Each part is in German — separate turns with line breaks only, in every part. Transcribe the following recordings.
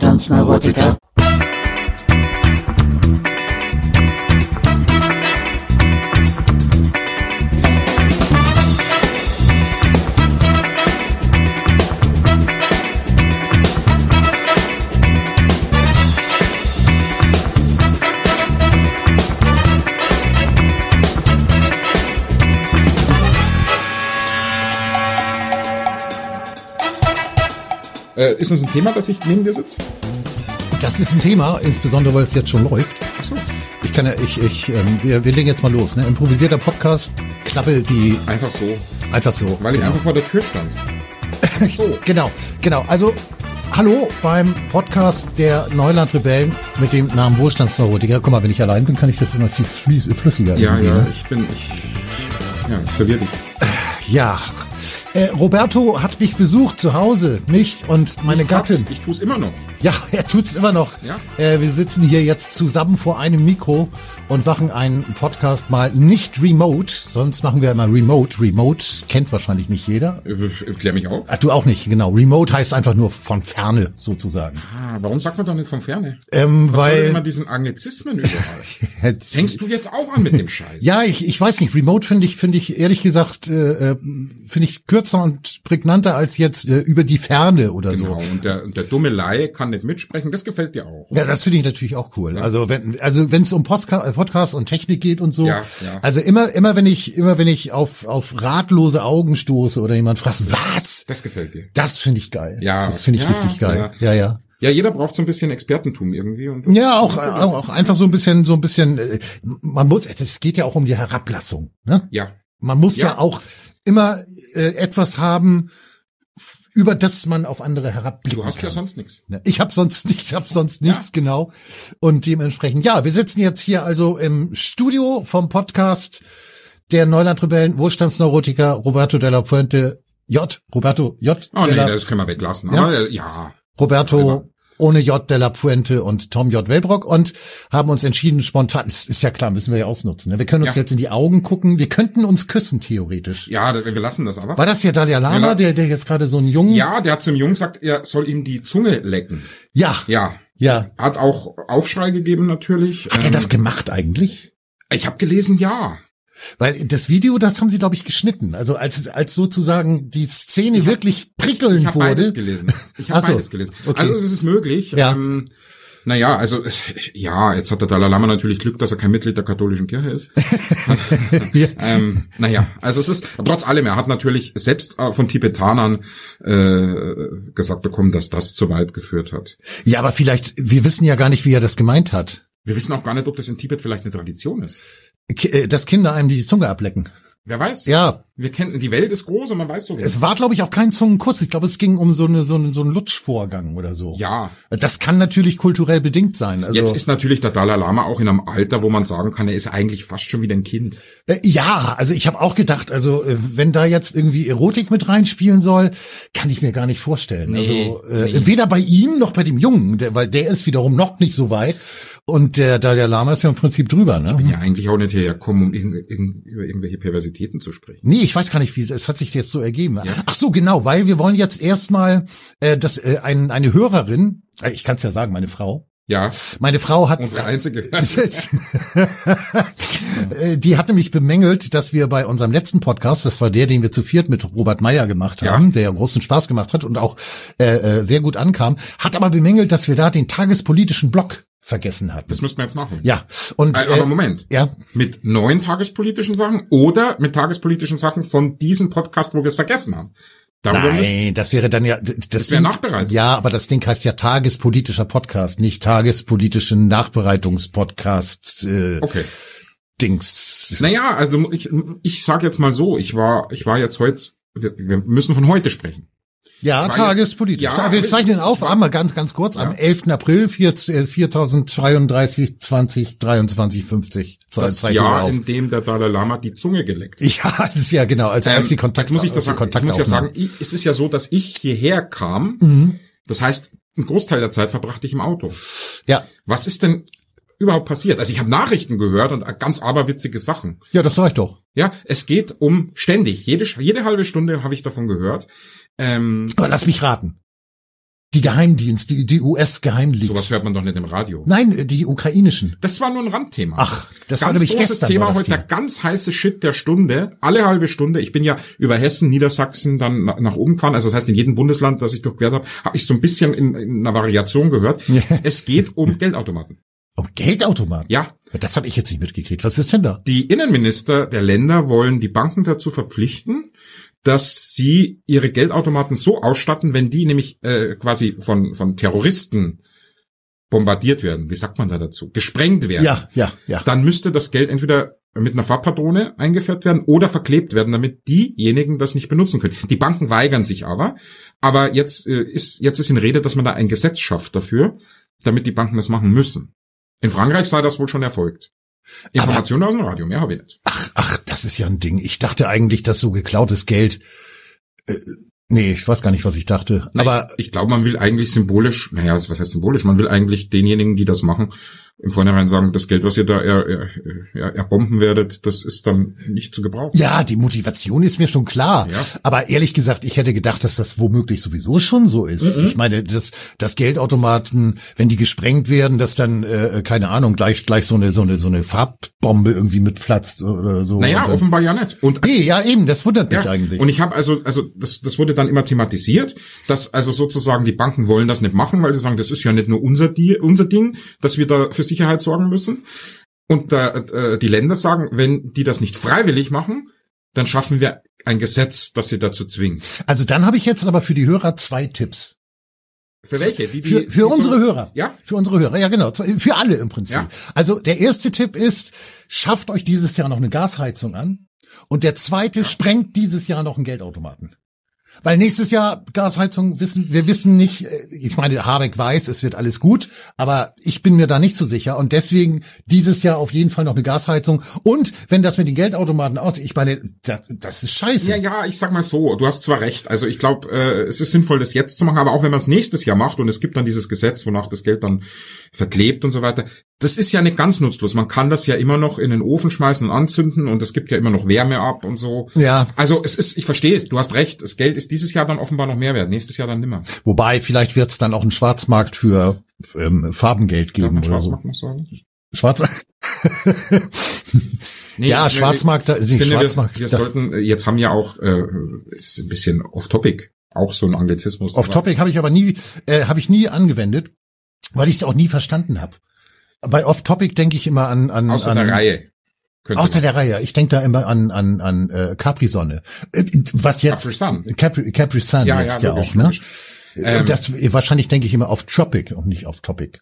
Wohlstandsneurotiker.
Äh, ist das ein Thema, dass ich neben dir sitze?
Das ist ein Thema, insbesondere weil es jetzt schon läuft. Ich kann ja, ich, ich, ähm, wir, wir legen jetzt mal los. Ne? Improvisierter Podcast, Knappel, die
Einfach so.
einfach so.
Weil ich
genau.
einfach vor der Tür stand. Ach so.
genau, genau. Also, hallo beim Podcast der Neuland-Rebellen mit dem Namen Wohlstandsneurotiker. Guck mal, wenn ich allein bin, kann ich das immer viel fließ- flüssiger
Ja,
irgendwie,
ja,
ne?
ich bin, ich, ja, ich verwirr dich.
Ja. Äh, Roberto hat mich besucht zu Hause, mich und meine Gattin.
Ich tu's immer noch.
Ja, er tut's immer noch.
Ja.
Äh, wir sitzen hier jetzt zusammen vor einem Mikro und machen einen Podcast mal nicht remote. Sonst machen wir immer remote. Remote kennt wahrscheinlich nicht jeder.
Äh, äh, Klär mich auf.
Ach, du auch nicht, genau. Remote heißt einfach nur von Ferne sozusagen.
Ah, warum sagt man doch nicht von Ferne?
Ähm,
Was soll denn man
weil
diesen Anglizismen überall?
jetzt-
Hängst du jetzt auch an mit dem Scheiß?
ja, ich, ich weiß nicht. Remote finde ich finde ich ehrlich gesagt äh, äh, finde ich kürzer und prägnanter als jetzt äh, über die Ferne oder so.
Genau, und der, und der dumme Laie kann nicht mitsprechen, das gefällt dir auch.
Ja, das finde ich natürlich auch cool. Also wenn also wenn es um Postka äh, Podcast und Technik geht und so.
Ja, ja.
Also immer immer wenn ich immer wenn ich auf auf ratlose Augen stoße oder jemand fragt, was?
Das gefällt dir.
Das finde ich geil.
Ja.
Das finde ich
Ja,
richtig geil. Ja, ja.
Ja, jeder braucht so ein bisschen Expertentum irgendwie. Und
Ja, auch, auch auch einfach so ein bisschen so ein bisschen äh, man muss es geht ja auch um die Herablassung, ne?
ja.
Man muss ja,
Ja.
auch immer äh, etwas haben f- über das man auf andere herabblicken
Du hast
kann.
ja sonst nichts.
Ne? Ich habe sonst nichts, ich habe sonst nichts genau. Und dementsprechend, ja, wir sitzen jetzt hier also im Studio vom Podcast der Neuland-Rebellen, Wohlstandsneurotiker Roberto della Fuente J. Roberto J.
Oh nee,
della,
das können wir weglassen.
Ja.
Aber äh, ja,
Roberto ohne J. della Fuente und Tom J. Wellbrock und haben uns entschieden, spontan, das ist ja klar, müssen wir ja ausnutzen. Ne? Wir können uns
Ja.
jetzt in die Augen gucken, wir könnten uns küssen, theoretisch.
ja, da- wir lassen das aber.
War das hier Dalia Lama,
Ja.
der, der jetzt gerade so einen jungen...
Ja, der hat zum Jungen gesagt, er soll ihm die Zunge lecken.
Ja.
Ja.
ja.
Hat auch Aufschrei gegeben natürlich.
Hat er
Ähm,
das gemacht eigentlich?
ich habe gelesen, ja.
Weil das Video, das haben sie, glaube ich, geschnitten. Also als, als sozusagen die Szene wirklich prickelnd
Ich habe beides
wurde.
gelesen. Ich habe
Ach so,
beides gelesen.
okay.
Also es ist möglich.
Ja.
Ähm, naja, also ja, jetzt hat der Dalai Lama natürlich Glück, dass er kein Mitglied der katholischen Kirche ist.
Ja.
ähm, naja, also es ist trotz allem, er hat natürlich selbst äh, von Tibetanern äh, gesagt bekommen, dass das zu weit geführt hat.
ja, aber vielleicht, wir wissen ja gar nicht, wie er das gemeint hat.
Wir wissen auch gar nicht, ob das in Tibet vielleicht eine Tradition ist.
Ki- äh, Dass Kinder einem die Zunge ablecken.
Wer weiß?
Ja.
Wir kennen, die Welt ist groß und man weiß so wenig.
Es war, glaube ich, auch kein Zungenkuss. Ich glaube, es ging um so, eine, so, eine, so einen Lutschvorgang oder so.
Ja.
Das kann natürlich kulturell bedingt sein. Also,
Jetzt ist natürlich der Dalai Lama auch in einem Alter, wo man sagen kann, er ist eigentlich fast schon wieder ein Kind.
äh, ja, also ich habe auch gedacht, also äh, wenn da jetzt irgendwie Erotik mit reinspielen soll, kann ich mir gar nicht vorstellen.
Nee,
also äh,
nee.
weder bei ihm noch bei dem Jungen, der, weil der ist wiederum noch nicht so weit und der Dalai Lama ist ja im Prinzip drüber, ne?
Ja, eigentlich auch nicht hierher kommen, um irgend, irgend, über irgendwelche Perversitäten zu sprechen.
Nee, ich weiß gar nicht, wie es hat sich jetzt so ergeben. Ach so, genau, weil wir wollen jetzt erstmal, äh, dass äh, ein, eine Hörerin, äh, ich kann es ja sagen, meine Frau,
Ja,
meine Frau hat,
unsere einzige.
Äh, die hat nämlich bemängelt, dass wir bei unserem letzten Podcast, das war der, den wir zu viert mit Robert Meyer gemacht
Ja.
haben, der ja großen Spaß gemacht hat und auch äh, äh, sehr gut ankam, hat aber bemängelt, dass wir da den tagespolitischen Block vergessen hatten.
Das müssten wir jetzt nachholen.
Ja, und
Äh, Aber Moment.
ja,
Mit neuen tagespolitischen Sachen oder mit tagespolitischen Sachen von diesem Podcast, wo wir es vergessen haben. Darüber müssen-
Nein, das wäre dann ja d- das,
wäre
Ding-
nachbereitet.
Ja, aber das Ding heißt ja tagespolitischer Podcast, nicht tagespolitischen Nachbereitungspodcast äh,
Okay.
Dings.
Naja, also ich, ich sag jetzt mal so, ich war, ich war jetzt heute, wir, wir müssen von heute sprechen.
Ja,
war
tagespolitisch.
jetzt- ja,
wir
aber-
zeichnen auf, einmal ganz ganz kurz am 11. April 4, äh, 4032 20 23 50. Ze-
Das
zeichnen wir
Jahr,
auf.
in dem der Dalai Lama die Zunge geleckt
Ja, das ist ja genau, als als die Kontakt
Ähm, jetzt muss ich das
als die
sagen, Also ich muss ja
Kontaktaufnahme.
sagen, ich, es ist ja so, dass ich hierher kam.
Mhm.
Das heißt, einen Großteil der Zeit verbrachte ich im Auto.
Ja.
Was ist denn überhaupt passiert? Also ich habe Nachrichten gehört und ganz aberwitzige Sachen.
Ja, das reicht doch.
Ja, es geht um ständig, jede, jede halbe Stunde habe ich davon gehört. Ähm,
Aber lass mich raten. Die Geheimdienste, die, die US-Geheimdienste.
Sowas hört man doch nicht im Radio.
Nein, die ukrainischen.
Das war nur ein Randthema.
Ach, das
ganz
war nämlich
großes
gestern.
Thema
war das
heute der ganz heiße Shit der Stunde. Alle halbe Stunde. Ich bin ja über Hessen, Niedersachsen dann na- nach oben gefahren. Also das heißt, in jedem Bundesland, das ich durchquert habe, habe ich so ein bisschen in, in einer Variation gehört. es geht um Geldautomaten.
Oh, Geldautomaten.
Ja,
Das habe ich jetzt nicht mitgekriegt. Was ist denn da?
die Innenminister der Länder wollen die Banken dazu verpflichten, dass sie ihre Geldautomaten so ausstatten, wenn die nämlich äh, quasi von, von Terroristen bombardiert werden, wie sagt man da dazu, gesprengt werden,
Ja, ja, ja.
dann müsste das Geld entweder mit einer Farbpatrone eingefärbt werden oder verklebt werden, damit diejenigen das nicht benutzen können. Die Banken weigern sich aber, aber jetzt äh, ist jetzt ist in Rede, dass man da ein Gesetz schafft dafür, damit die Banken das machen müssen. In Frankreich sei das wohl schon erfolgt. Informationen aus dem Radio, mehr habe ich nicht.
Ach, ach, das ist ja ein Ding. Ich dachte eigentlich, dass so geklautes Geld. Äh, nee, ich weiß gar nicht, was ich dachte. Aber
ich, ich glaube, man will eigentlich symbolisch, naja, was heißt symbolisch? Man will eigentlich denjenigen, die das machen, im Vornherein sagen, das Geld, was ihr da er, er, er, erbomben werdet, das ist dann nicht zu gebrauchen.
ja, die Motivation ist mir schon klar.
Ja.
Aber ehrlich gesagt, ich hätte gedacht, dass das womöglich sowieso schon so ist.
Mhm.
Ich meine, das, das Geldautomaten, wenn die gesprengt werden, dass dann, äh, keine Ahnung, gleich, gleich so eine, so eine, so eine Farbbombe irgendwie mitplatzt oder so.
Naja,
Und dann-
offenbar ja nicht. Und
Nee, ja, eben, das wundert mich
Ja,
eigentlich.
Und ich habe also, also das, das wurde dann immer thematisiert, dass also sozusagen die Banken wollen das nicht machen, weil sie sagen, das ist ja nicht nur unser, Di unser Ding, dass wir da für Sicherheit sorgen müssen. Und da, äh, die Länder sagen, wenn die das nicht freiwillig machen, dann schaffen wir ein Gesetz, das sie dazu zwingt.
Also dann habe ich jetzt aber für die Hörer zwei Tipps.
Für welche? Die, die,
Für,
die
für
sollen-
unsere Hörer.
Ja.
Für unsere Hörer, ja genau. Für alle im Prinzip.
Ja.
Also der erste Tipp ist, schafft euch dieses Jahr noch eine Gasheizung an. Und der zweite, sprengt dieses Jahr noch einen Geldautomaten. Weil nächstes Jahr Gasheizung wissen, wir wissen nicht, äh, ich meine, Habeck weiß, es wird alles gut, aber ich bin mir da nicht so sicher. Und deswegen dieses Jahr auf jeden Fall noch eine Gasheizung. Und wenn das mit den Geldautomaten aus, ich meine, das, das ist scheiße.
Ja, ja, ich sag mal so, du hast zwar recht. Also ich glaube, äh, es ist sinnvoll, das jetzt zu machen, aber auch wenn man es nächstes Jahr macht und es gibt dann dieses Gesetz, wonach das Geld dann verklebt und so weiter, das ist ja nicht ganz nutzlos. Man kann das ja immer noch in den Ofen schmeißen und anzünden und es gibt ja immer noch Wärme ab und so.
Ja.
Also es ist, ich verstehe, du hast recht, das Geld ist dieses Jahr dann offenbar noch mehr wert, nächstes Jahr dann nimmer.
Wobei, vielleicht wird es dann auch einen Schwarzmarkt für ähm, Farbengeld
Darf
geben
man
oder so.
Schwarzmarkt noch sagen?
Schwarz
Nee,
ja,
ich-
Schwarzmarkt, nee,
Ich finde,
Schwarzmarkt,
wir, wir
da-
sollten, äh, jetzt haben ja auch, äh, ist ein bisschen off-topic, auch so ein Anglizismus.
Off
Aber-
Topic habe ich aber nie, äh, habe ich nie angewendet, weil ich es auch nie verstanden habe. Bei Off Topic denke ich immer an an
Außer
an,
der Reihe. Könnte
Außer
man-
der Reihe. Ich denke da immer an an an äh, Capri Sonne. Äh, was jetzt
Capri Sun.
Capri, Capri Sun
Ja,
jetzt
ja,
ja,
logisch,
auch, ne?
logisch. Ähm,
das wahrscheinlich denke ich immer auf Tropic und nicht auf Topic.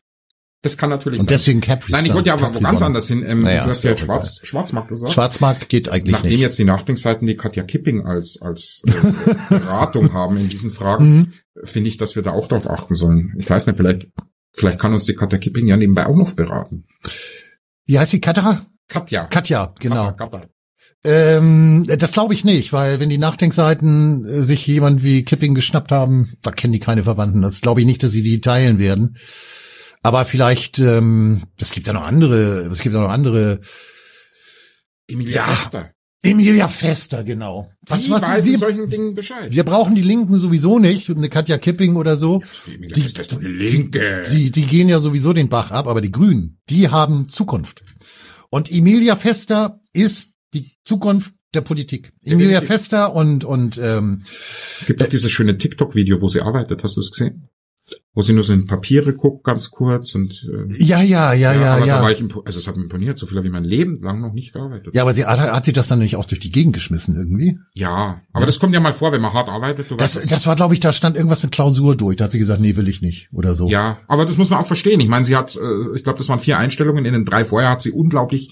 Das kann natürlich
Und
sein.
deswegen Capri
Nein, ich
Sun,
wollte ja aber
Capri
wo ganz
Sonne.
anders hin. Ähm,
Naja,
du hast ja
ist
jetzt
auch
Schwarz, Schwarzmarkt gesagt.
Schwarzmarkt geht eigentlich
Nachdem
nicht.
jetzt die Nachdenkseiten die Katja Kipping als, als äh, Beratung haben in diesen
Mhm.
Fragen, finde ich, dass wir da auch drauf achten sollen. Ich weiß nicht, vielleicht, vielleicht kann uns die Katja Kipping ja nebenbei auch noch beraten.
Wie heißt die Katara?
Katja.
Katja,
Katja,
genau.
Katja.
Ähm, das glaube ich nicht, weil wenn die Nachdenkseiten äh, sich jemand wie Kipping geschnappt haben, da kennen die keine Verwandten. Das glaube ich nicht, dass sie die teilen werden. Aber vielleicht, ähm, es gibt ja noch andere, es gibt ja noch andere.
Emilia
Ja.
Esther.
Emilia Fester, genau. Was,
Die
was,
weiß in
wir,
solchen Dingen Bescheid.
wir brauchen die Linken sowieso nicht, und eine Katja Kipping oder so.
Die Emilia
die-
Esther ist doch eine Linke.
Die, die gehen ja sowieso den Bach ab, aber die Grünen, die haben Zukunft. Und Emilia Fester ist die Zukunft der Politik. Emilia
Definitiv.
Fester und, und ähm,
Gibt doch dieses schöne TikTok-Video, wo sie arbeitet. Hast du es gesehen? Wo sie nur so in Papiere guckt, ganz kurz und... Äh,
ja, ja, ja, ja,
aber Da
ja.
war ich impo- also es hat mich imponiert, so viel habe ich mein Leben lang noch nicht gearbeitet.
Ja, aber sie hat, hat sie das dann nicht auch durch die Gegend geschmissen irgendwie?
Ja, aber das kommt ja mal vor, wenn man hart arbeitet. Du
Das,
weißt,
das war, glaube ich, da stand irgendwas mit Klausur durch. Da hat sie gesagt, nee, will ich nicht oder so.
ja, aber das muss man auch verstehen. Ich meine, sie hat, äh, ich glaube, das waren vier Einstellungen. In den drei vorher hat sie unglaublich,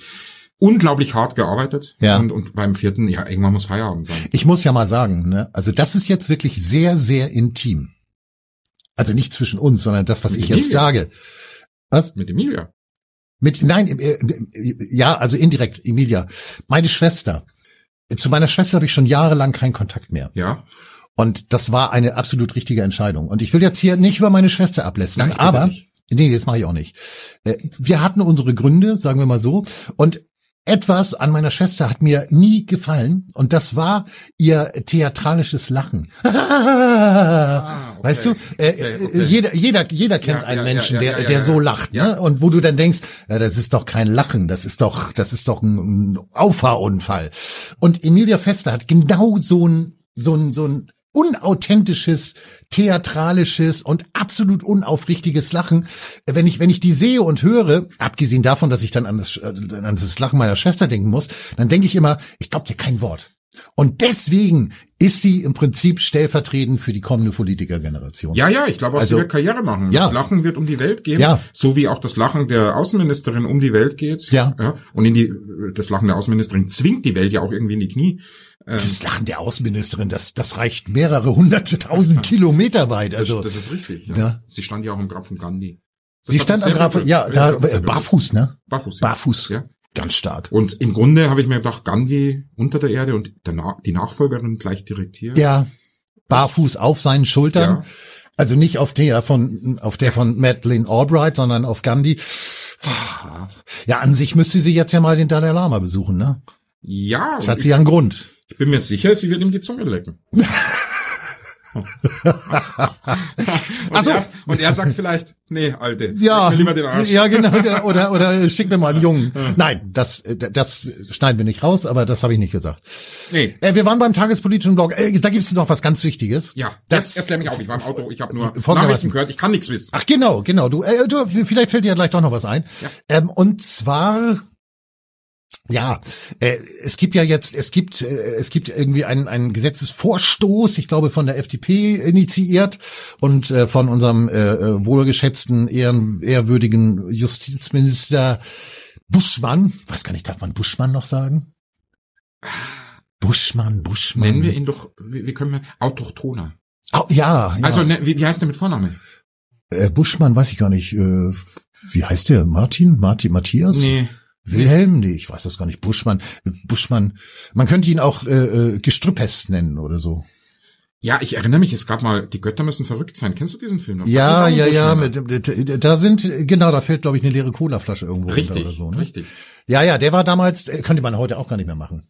unglaublich hart gearbeitet.
Ja.
Und, und beim vierten, ja, irgendwann muss Feierabend sein.
Ich muss ja mal sagen, ne, also das ist jetzt wirklich sehr, sehr intim. Also nicht zwischen uns, sondern das, was ich jetzt
Emilia.
sage.
Mit Emilia.
Mit, nein, im- äh, äh, ja, also indirekt, Emilia. Meine Schwester. äh, Zu meiner Schwester habe ich schon jahrelang keinen Kontakt mehr.
Ja.
Und das war eine absolut richtige Entscheidung. Und ich will jetzt hier nicht über meine Schwester ablästern,
Nein, bitte
aber,
nicht.
nee, das mache ich auch nicht. Äh, Wir hatten unsere Gründe, sagen wir mal so. Und Etwas an meiner Schwester hat mir nie gefallen und das war ihr theatralisches Lachen.
Ah, okay.
Ah, Weißt du, äh,
Okay, okay.
jeder jeder jeder kennt
Ja,
einen
ja,
Menschen,
ja,
der
ja, ja,
der
ja,
so
ja.
lacht,
Ja.
ne? Und wo du dann denkst, ja, das ist doch kein Lachen, das ist doch das ist doch ein, ein Auffahrunfall. Und Emilia Fester hat genau so ein so ein so ein unauthentisches, theatralisches und absolut unaufrichtiges Lachen. Wenn ich, wenn ich die sehe und höre, abgesehen davon, dass ich dann an das, äh, an das Lachen meiner Schwester denken muss, dann denke ich immer, ich glaube dir kein Wort. Und deswegen ist sie im Prinzip stellvertretend für die kommende Politikergeneration.
Ja, ja, ich glaube, auch
Also-
sie wird Karriere machen.
Ja.
Das Lachen wird um die Welt gehen,
Ja.
so wie auch das Lachen der Außenministerin um die Welt geht.
Ja.
Und in die das Lachen der Außenministerin zwingt die Welt ja auch irgendwie in die Knie.
Das Lachen der Außenministerin, das, das reicht mehrere hunderte tausend Kilometer weit. Also
Ah. das ist richtig. Ja.
Ja.
Sie stand ja auch im Grab von Gandhi. Das
sie
hat uns
stand am
sehr
Grab,
berührt.
ja,
Das
da,
hat uns sehr berührt.
barfuß, ne?
Barfuß. Ja.
Barfuß.
Ja.
Ganz stark.
Und im Grunde habe ich mir gedacht, Gandhi unter der Erde und der Na die Nachfolgerin gleich direkt hier.
Ja, barfuß auf seinen Schultern.
Ja.
Also nicht auf der von, auf der von Madeleine Albright, sondern auf Gandhi. Ja, an sich müsste sie jetzt ja mal den Dalai Lama besuchen, ne?
Ja,
Das
und
hat sie ja einen Grund.
ich bin mir sicher, sie wird ihm die Zunge lecken. und,
so.
er, und er sagt vielleicht, nee, Alte,
Ja,
leck mir lieber den Arsch.
ja, genau, der- oder, oder schick mir mal einen Jungen. Nein, das, äh, das schneiden wir nicht raus, aber das habe ich nicht gesagt.
Nee.
Äh, wir waren beim tagespolitischen Blog. Äh, da gibt's noch was ganz Wichtiges.
Ja,
das
das erklär mich auf. Ich war im Auto, ich habe nur
Folgendermaßen.
Nachrichten gehört, ich kann nichts wissen.
Ach genau, genau. Du, äh, du vielleicht fällt dir ja gleich doch noch was ein.
Ja.
Ähm, und zwar ja, äh, es gibt ja jetzt, es gibt, äh, es gibt irgendwie einen, einen Gesetzesvorstoß, ich glaube von der FDP initiiert und äh, von unserem äh, äh, wohlgeschätzten, ehren, ehrwürdigen Justizminister Buschmann. Was kann ich, darf man Buschmann noch sagen? Buschmann, Buschmann.
Ah. Nennen wir ihn doch, wie, wie können wir, Autochtoner.
Au- ja, ja.
Also, ne, wie, wie heißt der mit Vorname?
Äh, Buschmann weiß ich gar nicht. Äh, wie heißt der? Martin? Martin Matthias?
Nee.
Wilhelm? Nee, ich weiß das gar nicht. Buschmann. Buschmann. Man könnte ihn auch äh, äh, Gestrüppest nennen oder so.
Ja, ich erinnere mich, es gab mal, die Götter müssen verrückt sein. Kennst du diesen Film noch?
Ja,
Das ist auch
ja,
ein
ja.
Buschmann.
Mit, mit, da sind, genau, da fällt, glaube ich, eine leere Colaflasche irgendwo runter
Richtig,
oder so. Ne?
richtig.
Ja, ja, der war damals, äh, könnte man heute auch gar nicht mehr machen.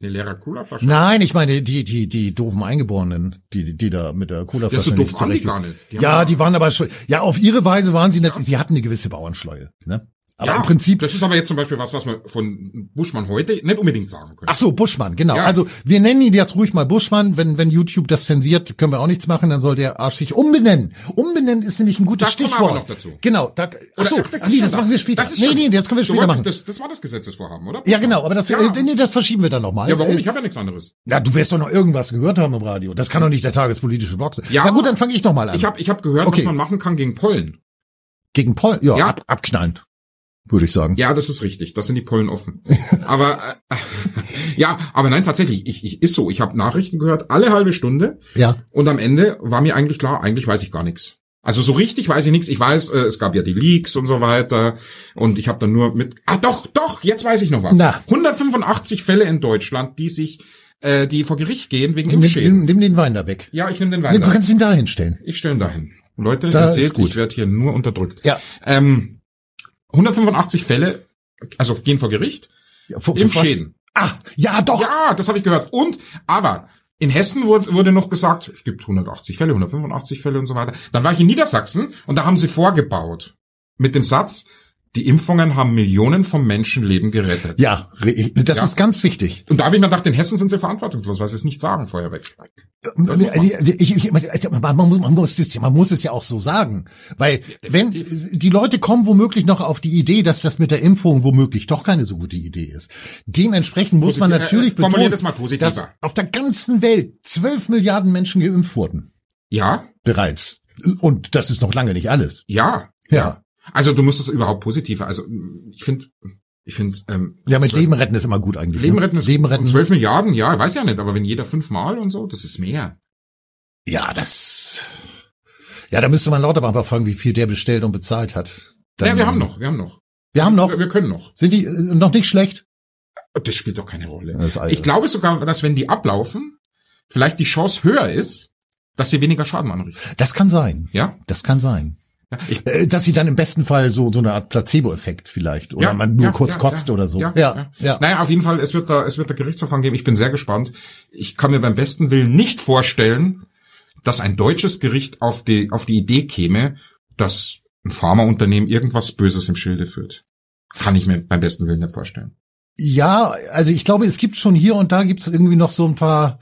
Eine leere Colaflasche.
Nein, ich meine, die, die, die doofen Eingeborenen, die, die da mit der Colaflasche
Das so
nicht
doof waren die
zurecht.
gar nicht. Die
Ja,
haben-
die waren aber schon, ja, auf ihre Weise waren sie natürlich, sie hatten eine gewisse Bauernschleue, ne? Aber
ja,
im Prinzip,
Das ist aber jetzt zum Beispiel was, was wir von Buschmann heute nicht unbedingt sagen können.
Ach so, Buschmann, genau.
Ja.
Also wir nennen ihn jetzt ruhig mal Buschmann. Wenn, wenn YouTube das zensiert, können wir auch nichts machen. Dann soll der Arsch sich umbenennen. Umbenennen ist nämlich ein
Da
gutes
kommen wir
Stichwort.
aber noch dazu.
Genau. Da, ach so,
Oder-
das,
ist
nee,
schon
das machen wir später.
Das ist
Nee,
schon-
nee, das können wir
Du
später machen.
wolltest Das, das war das Gesetzesvorhaben, oder?
ja, genau, aber das,
Ja.
Äh, nee, das verschieben wir dann nochmal.
Ja, warum?
Äh,
Ich habe ja nichts anderes.
na, du wirst doch noch irgendwas gehört haben im Radio. Das kann doch nicht der tagespolitische Blog sein.
Ja.
Na gut, dann fange ich nochmal an.
Ich habe ich hab gehört,
Ähm, Okay.
was man machen kann gegen Pollen.
Gegen Paul, ja,
Ja.
Ab, abknallen, würde ich sagen.
Ja, das ist richtig. Das sind die Pollen offen. aber äh, ja, aber nein, tatsächlich. Ich, ich ist so. Ich habe Nachrichten gehört, alle halbe Stunde.
ja.
Und am Ende war mir eigentlich klar, eigentlich weiß ich gar nichts. Also so richtig weiß ich nichts. Ich weiß, äh, es gab ja die Leaks und so weiter. Und ich habe dann nur mit. Ah doch, doch, jetzt weiß ich noch was.
Na.
185 Fälle in Deutschland, die sich, äh, die vor Gericht gehen wegen
Nimm,
Impfschäden.
nimm, nimm den Wein da weg.
Ja, ich nehme den
Nee,
Wein.
du
da.
kannst ihn da hinstellen.
Ich stelle ihn dahin. Leute,
Da
ihr
ist
seht,
gut.
ich werde hier nur unterdrückt.
Ja.
Ähm, 185 Fälle, also gehen vor Gericht.
Ja, vor- vor was?
Impfschäden.
Ah, ja, doch.
Ja, das habe ich gehört. Und, aber in Hessen wurde, wurde noch gesagt, es gibt 180 Fälle, 185 Fälle und so weiter. Dann war ich in Niedersachsen und da haben sie vorgebaut. Mit dem Satz, die Impfungen haben Millionen von Menschenleben gerettet.
Ja, re- das
Ja.
ist ganz wichtig.
Und da habe ich mir gedacht, in Hessen sind sie verantwortungslos, weil sie es nicht sagen, vorher weg.
Äh, Ich, ich, man, muss, man, muss es, man muss es ja auch so sagen, weil wenn die Leute kommen womöglich noch auf die Idee, dass das mit der Impfung womöglich doch keine so gute Idee ist. Dementsprechend muss man
Positiv- äh,
natürlich
äh, formulier
betonen,
das mal positiver.
dass auf der ganzen Welt 12 Milliarden Menschen geimpft wurden
Ja,
bereits. Und das ist noch lange nicht alles.
ja.
Ja,
Also du musst es überhaupt positiver. Also ich finde, ich finde, ähm,
ja, mit Leben retten ist immer gut eigentlich.
Leben
ne?
retten ist
Leben retten.
Und 12 Milliarden, ja, weiß ja nicht, aber wenn jeder fünfmal und so, das ist mehr.
Ja, das. Ja, da müsste man lauter mal fragen, wie viel der bestellt und bezahlt hat. Dann-
ja, wir haben noch, wir haben noch.
Wir haben noch.
Wir, wir können noch.
Sind die äh, noch nicht schlecht?
Das spielt doch keine Rolle.
Das Alter.
Ich glaube sogar, dass wenn die ablaufen, vielleicht die Chance höher ist, dass sie weniger Schaden anrichten.
Das kann sein.
Ja?
Das kann sein.
Ich-
Äh, Dass sie dann im besten Fall so, so eine Art Placebo-Effekt vielleicht. Oder
Ja,
man nur
ja,
kurz
ja,
kotzt
ja,
oder so.
Ja,
ja. ja.
Naja, auf jeden Fall, es wird da, es wird da Gerichtsverfahren geben. Ich bin sehr gespannt. Ich kann mir beim besten Willen nicht vorstellen, dass ein deutsches Gericht auf die, auf die Idee käme, dass ein Pharmaunternehmen irgendwas Böses im Schilde führt. Kann ich mir beim besten Willen nicht vorstellen.
Ja, also ich glaube, es gibt schon hier und da gibt's irgendwie noch so ein paar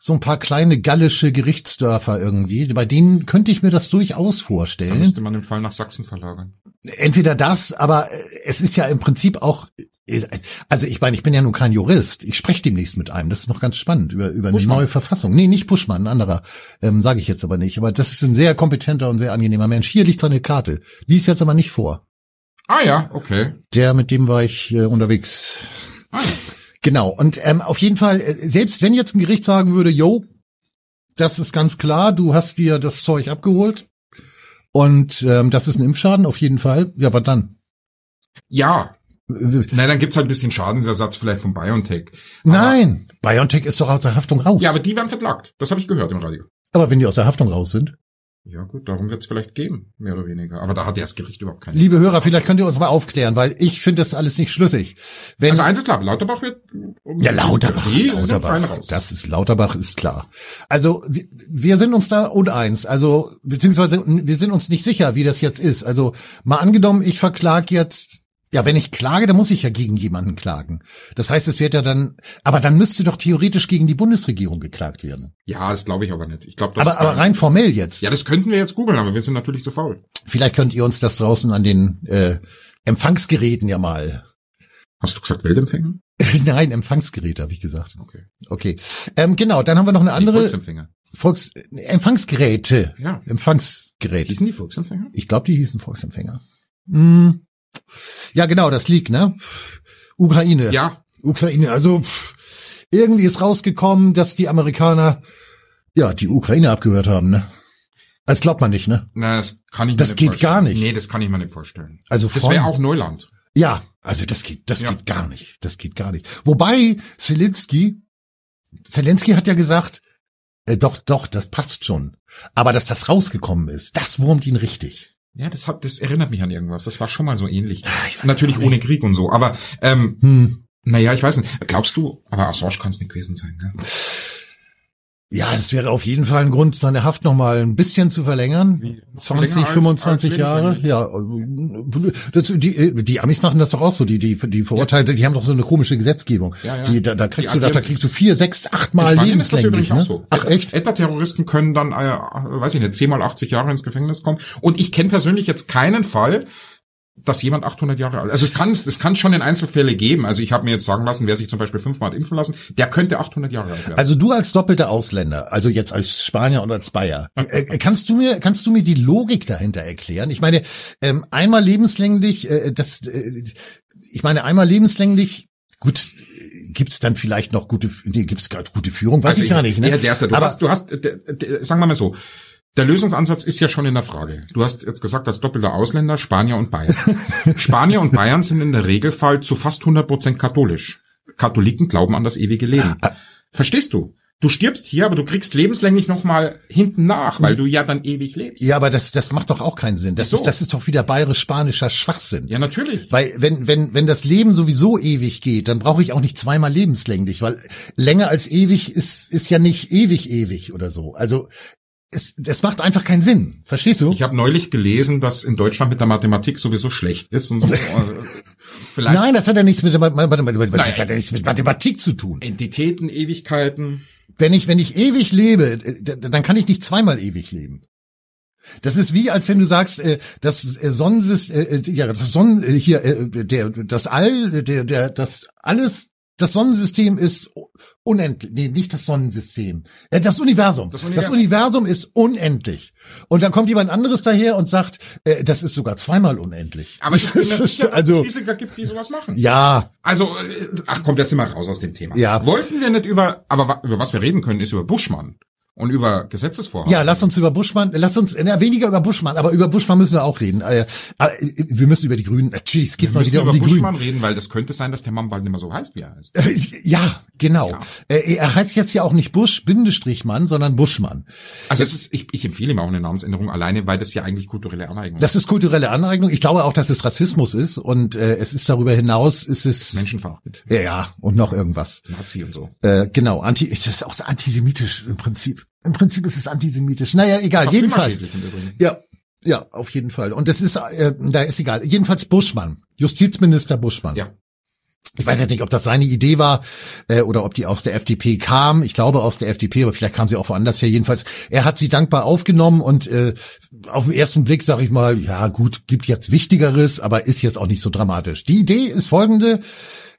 so ein paar kleine gallische Gerichtsdörfer irgendwie. Bei denen könnte ich mir das durchaus
Da
vorstellen.
müsste man den Fall nach Sachsen verlagern.
Entweder das, aber äh, es ist ja im Prinzip auch äh, also ich meine, ich bin ja nun kein Jurist. Ich spreche demnächst mit einem. Das ist noch ganz spannend über über eine
Buschmann.
neue Verfassung. Nee, nicht Buschmann, ein anderer. Ähm, sage ich jetzt aber nicht. Aber das ist ein sehr kompetenter und sehr angenehmer Mensch. Hier liegt seine Karte. Lies jetzt aber nicht vor.
Ah ja, okay.
Der, mit dem war ich äh, unterwegs.
Ah, ja.
Genau. Und ähm, auf jeden Fall, äh, selbst wenn jetzt ein Gericht sagen würde, yo, das ist ganz klar, du hast dir das Zeug abgeholt und ähm, das ist ein Impfschaden auf jeden Fall. Ja, was dann?
ja.
Äh,
Nein, dann gibt's halt ein bisschen Schadensersatz vielleicht von BioNTech.
Nein, BioNTech ist doch aus der Haftung raus.
Ja, aber die werden verklagt. Das habe ich gehört im Radio.
Aber wenn die aus der Haftung raus sind,
Ja gut, darum wird's vielleicht gehen, mehr oder weniger. Aber da hat ja das Gericht überhaupt keine.
liebe Hörer, vielleicht könnt ihr uns mal aufklären, weil ich finde das alles nicht schlüssig. Wenn
Also eins ist klar, Lauterbach wird.
Ja, Lauterbach.
Die sind fein
Lauterbach.
raus.
Das ist Lauterbach, ist klar. Also wir, wir sind uns da uneins. Also beziehungsweise wir sind uns nicht sicher, wie das jetzt ist. Also mal angenommen, ich verklag jetzt. Ja, wenn ich klage, dann muss ich ja gegen jemanden klagen. Das heißt, es wird ja dann, aber dann müsste doch theoretisch gegen die Bundesregierung geklagt werden.
ja, das glaube ich aber nicht. Ich glaube, das.
Aber, aber rein formell jetzt.
ja, das könnten wir jetzt googeln, aber wir sind natürlich zu faul.
Vielleicht könnt ihr uns das draußen an den äh, Empfangsgeräten ja mal.
Hast du gesagt Weltempfänger?
Nein, Empfangsgerät habe ich gesagt.
Okay.
Okay, ähm, genau. Dann haben wir noch eine
Die
andere.
Volksempfänger.
Volks Empfangsgeräte.
Ja.
Empfangsgeräte.
Hießen die Volksempfänger?
Ich glaube, die hießen Volksempfänger. Hm. Ja, genau, das liegt, ne? Ukraine.
Ja.
Ukraine. Also pff, irgendwie ist rausgekommen, dass die Amerikaner ja die Ukraine abgehört haben, ne? Das glaubt man nicht, ne?
Na, das kann ich
Das
mir nicht
geht
vorstellen.
gar nicht.
Nee, das kann ich mir nicht vorstellen.
Also
Das
von-
wäre auch Neuland.
Ja, also das geht, das
Ja.
geht gar nicht. Das geht gar nicht. Wobei Zelensky, Zelensky hat ja gesagt, äh, doch, doch, das passt schon. Aber dass das rausgekommen ist, das wurmt ihn richtig.
Ja, das hat, das erinnert mich an irgendwas. Das war schon mal so ähnlich.
Ah, ich weiß
Natürlich
auch nicht.
ohne Krieg und so. Aber ähm,
Hm.
naja, ich weiß nicht. Glaubst du? Aber Assange kann es nicht gewesen sein. Ne?
Ja, das wäre auf jeden Fall ein Grund, seine Haft noch mal ein bisschen zu verlängern.
Wie? Noch
20,
länger als-
25
als
Jahre. Ja, äh, das, die, die Amis machen das doch auch so. Die, die, die Verurteilte, die haben doch so eine komische Gesetzgebung.
Ja, ja.
Die, da, da kriegst
Die
du, da, da
agieren-
kriegst du vier, sechs, acht Mal
Spanien ist das
lebenslänglich.
übrigens
Ne?
auch so.
Ach echt?
ETA-Terroristen können dann, äh, weiß ich nicht, 10 mal 80 Jahre ins Gefängnis kommen. Und ich kenne persönlich jetzt keinen Fall, dass jemand 800 Jahre alt Also es kann es kann schon in Einzelfälle geben. Also ich habe mir jetzt sagen lassen, wer sich zum Beispiel fünfmal hat impfen lassen, der könnte 800 Jahre alt werden.
Also du als doppelter Ausländer, also jetzt als Spanier und als Bayer, äh, kannst du mir kannst du mir die Logik dahinter erklären? Ich meine, ähm, einmal lebenslänglich, äh, das, äh, ich meine einmal lebenslänglich, gut, äh, gibt's dann vielleicht noch gute, nee, gibt's gerade gute Führung, weiß ich gar nicht, ne?
Also Ja, der ist ja, du
Aber
hast, du hast, äh, der, der, sagen wir mal so. Der Lösungsansatz ist ja schon in der Frage. Du hast jetzt gesagt, als doppelter Ausländer Spanier und Bayern. Spanier und Bayern sind in der Regelfall zu fast 100 Prozent katholisch. Katholiken glauben an das ewige Leben. Verstehst du? Du stirbst hier, aber du kriegst lebenslänglich nochmal hinten nach, weil du ja dann ewig lebst.
ja, aber das das macht doch auch keinen Sinn. Das
Wieso?
ist das ist doch wieder bayerisch-spanischer Schwachsinn.
Ja, natürlich.
Weil wenn, wenn, wenn das Leben sowieso ewig geht, dann brauche ich auch nicht zweimal lebenslänglich, weil länger als ewig ist, ist ja nicht ewig ewig oder so. Also es, das macht einfach keinen Sinn. Verstehst du?
Ich habe neulich gelesen, dass in Deutschland mit der Mathematik sowieso schlecht ist und so. äh, Vielleicht
Nein, das hat ja nichts mit, der Ma- Ma- Ma- Ma- Ma- das hat ja nichts mit Mathematik zu tun.
Entitäten, Ewigkeiten.
Wenn ich, wenn ich ewig lebe, äh, d- dann kann ich nicht zweimal ewig leben. Das ist wie, als wenn du sagst, äh, das äh, Sonnensystem, äh, äh, ja, das Sonnen, äh, hier, äh, der, das All, äh, der, der, das alles, das Sonnensystem ist u- unendlich. Nee, nicht das Sonnensystem. Äh, Das Universum. Das
Das
Universum.
Universum.
ist unendlich. Und dann kommt jemand anderes daher und sagt, äh, das ist sogar zweimal unendlich.
Aber ich bin mir sicher, dass es
also,
Physiker gibt, die sowas machen.
ja,
Also, äh, ach komm, jetzt sind wir raus aus dem Thema.
Ja.
Wollten wir nicht über, aber wa- über was wir reden können, ist über Buschmann. und über Gesetzesvorhaben.
Ja, lass uns über Buschmann, lass uns, na, weniger über Buschmann, aber über Buschmann müssen wir auch reden. Äh, äh, wir müssen über die Grünen, natürlich, es geht
wir
mal
müssen
wieder
über
um die Grünen.
Buschmann reden, weil das könnte sein, dass der Mann bald nicht mehr so heißt, wie er heißt.
Ja, genau. Äh, Er heißt jetzt ja auch nicht Busch-Mann, sondern Buschmann.
Also es ist, ich, ich empfehle ihm auch eine Namensänderung alleine, weil das ja eigentlich kulturelle Aneignung ist.
Das ist kulturelle Aneignung. Ich glaube auch, dass es Rassismus ist und äh, es ist darüber hinaus, es ist
Menschenverachtend.
Ja, ja, und noch irgendwas.
Nazi und so.
Äh, genau, anti, das ist auch so antisemitisch im Prinzip. Im Prinzip ist es antisemitisch. Naja, egal,
auch
jedenfalls.
klimaschädlich im Übrigen.
Ja, ja, auf jeden Fall. Und das ist, äh, da ist egal. Jedenfalls Buschmann, Justizminister Buschmann.
Ja.
Ich weiß jetzt nicht, ob das seine Idee war äh, oder ob die aus der FDP kam. Ich glaube aus der FDP, aber vielleicht kam sie auch woanders her. Jedenfalls, er hat sie dankbar aufgenommen und äh, auf den ersten Blick sage ich mal, ja gut, gibt jetzt Wichtigeres, aber ist jetzt auch nicht so dramatisch. Die Idee ist folgende.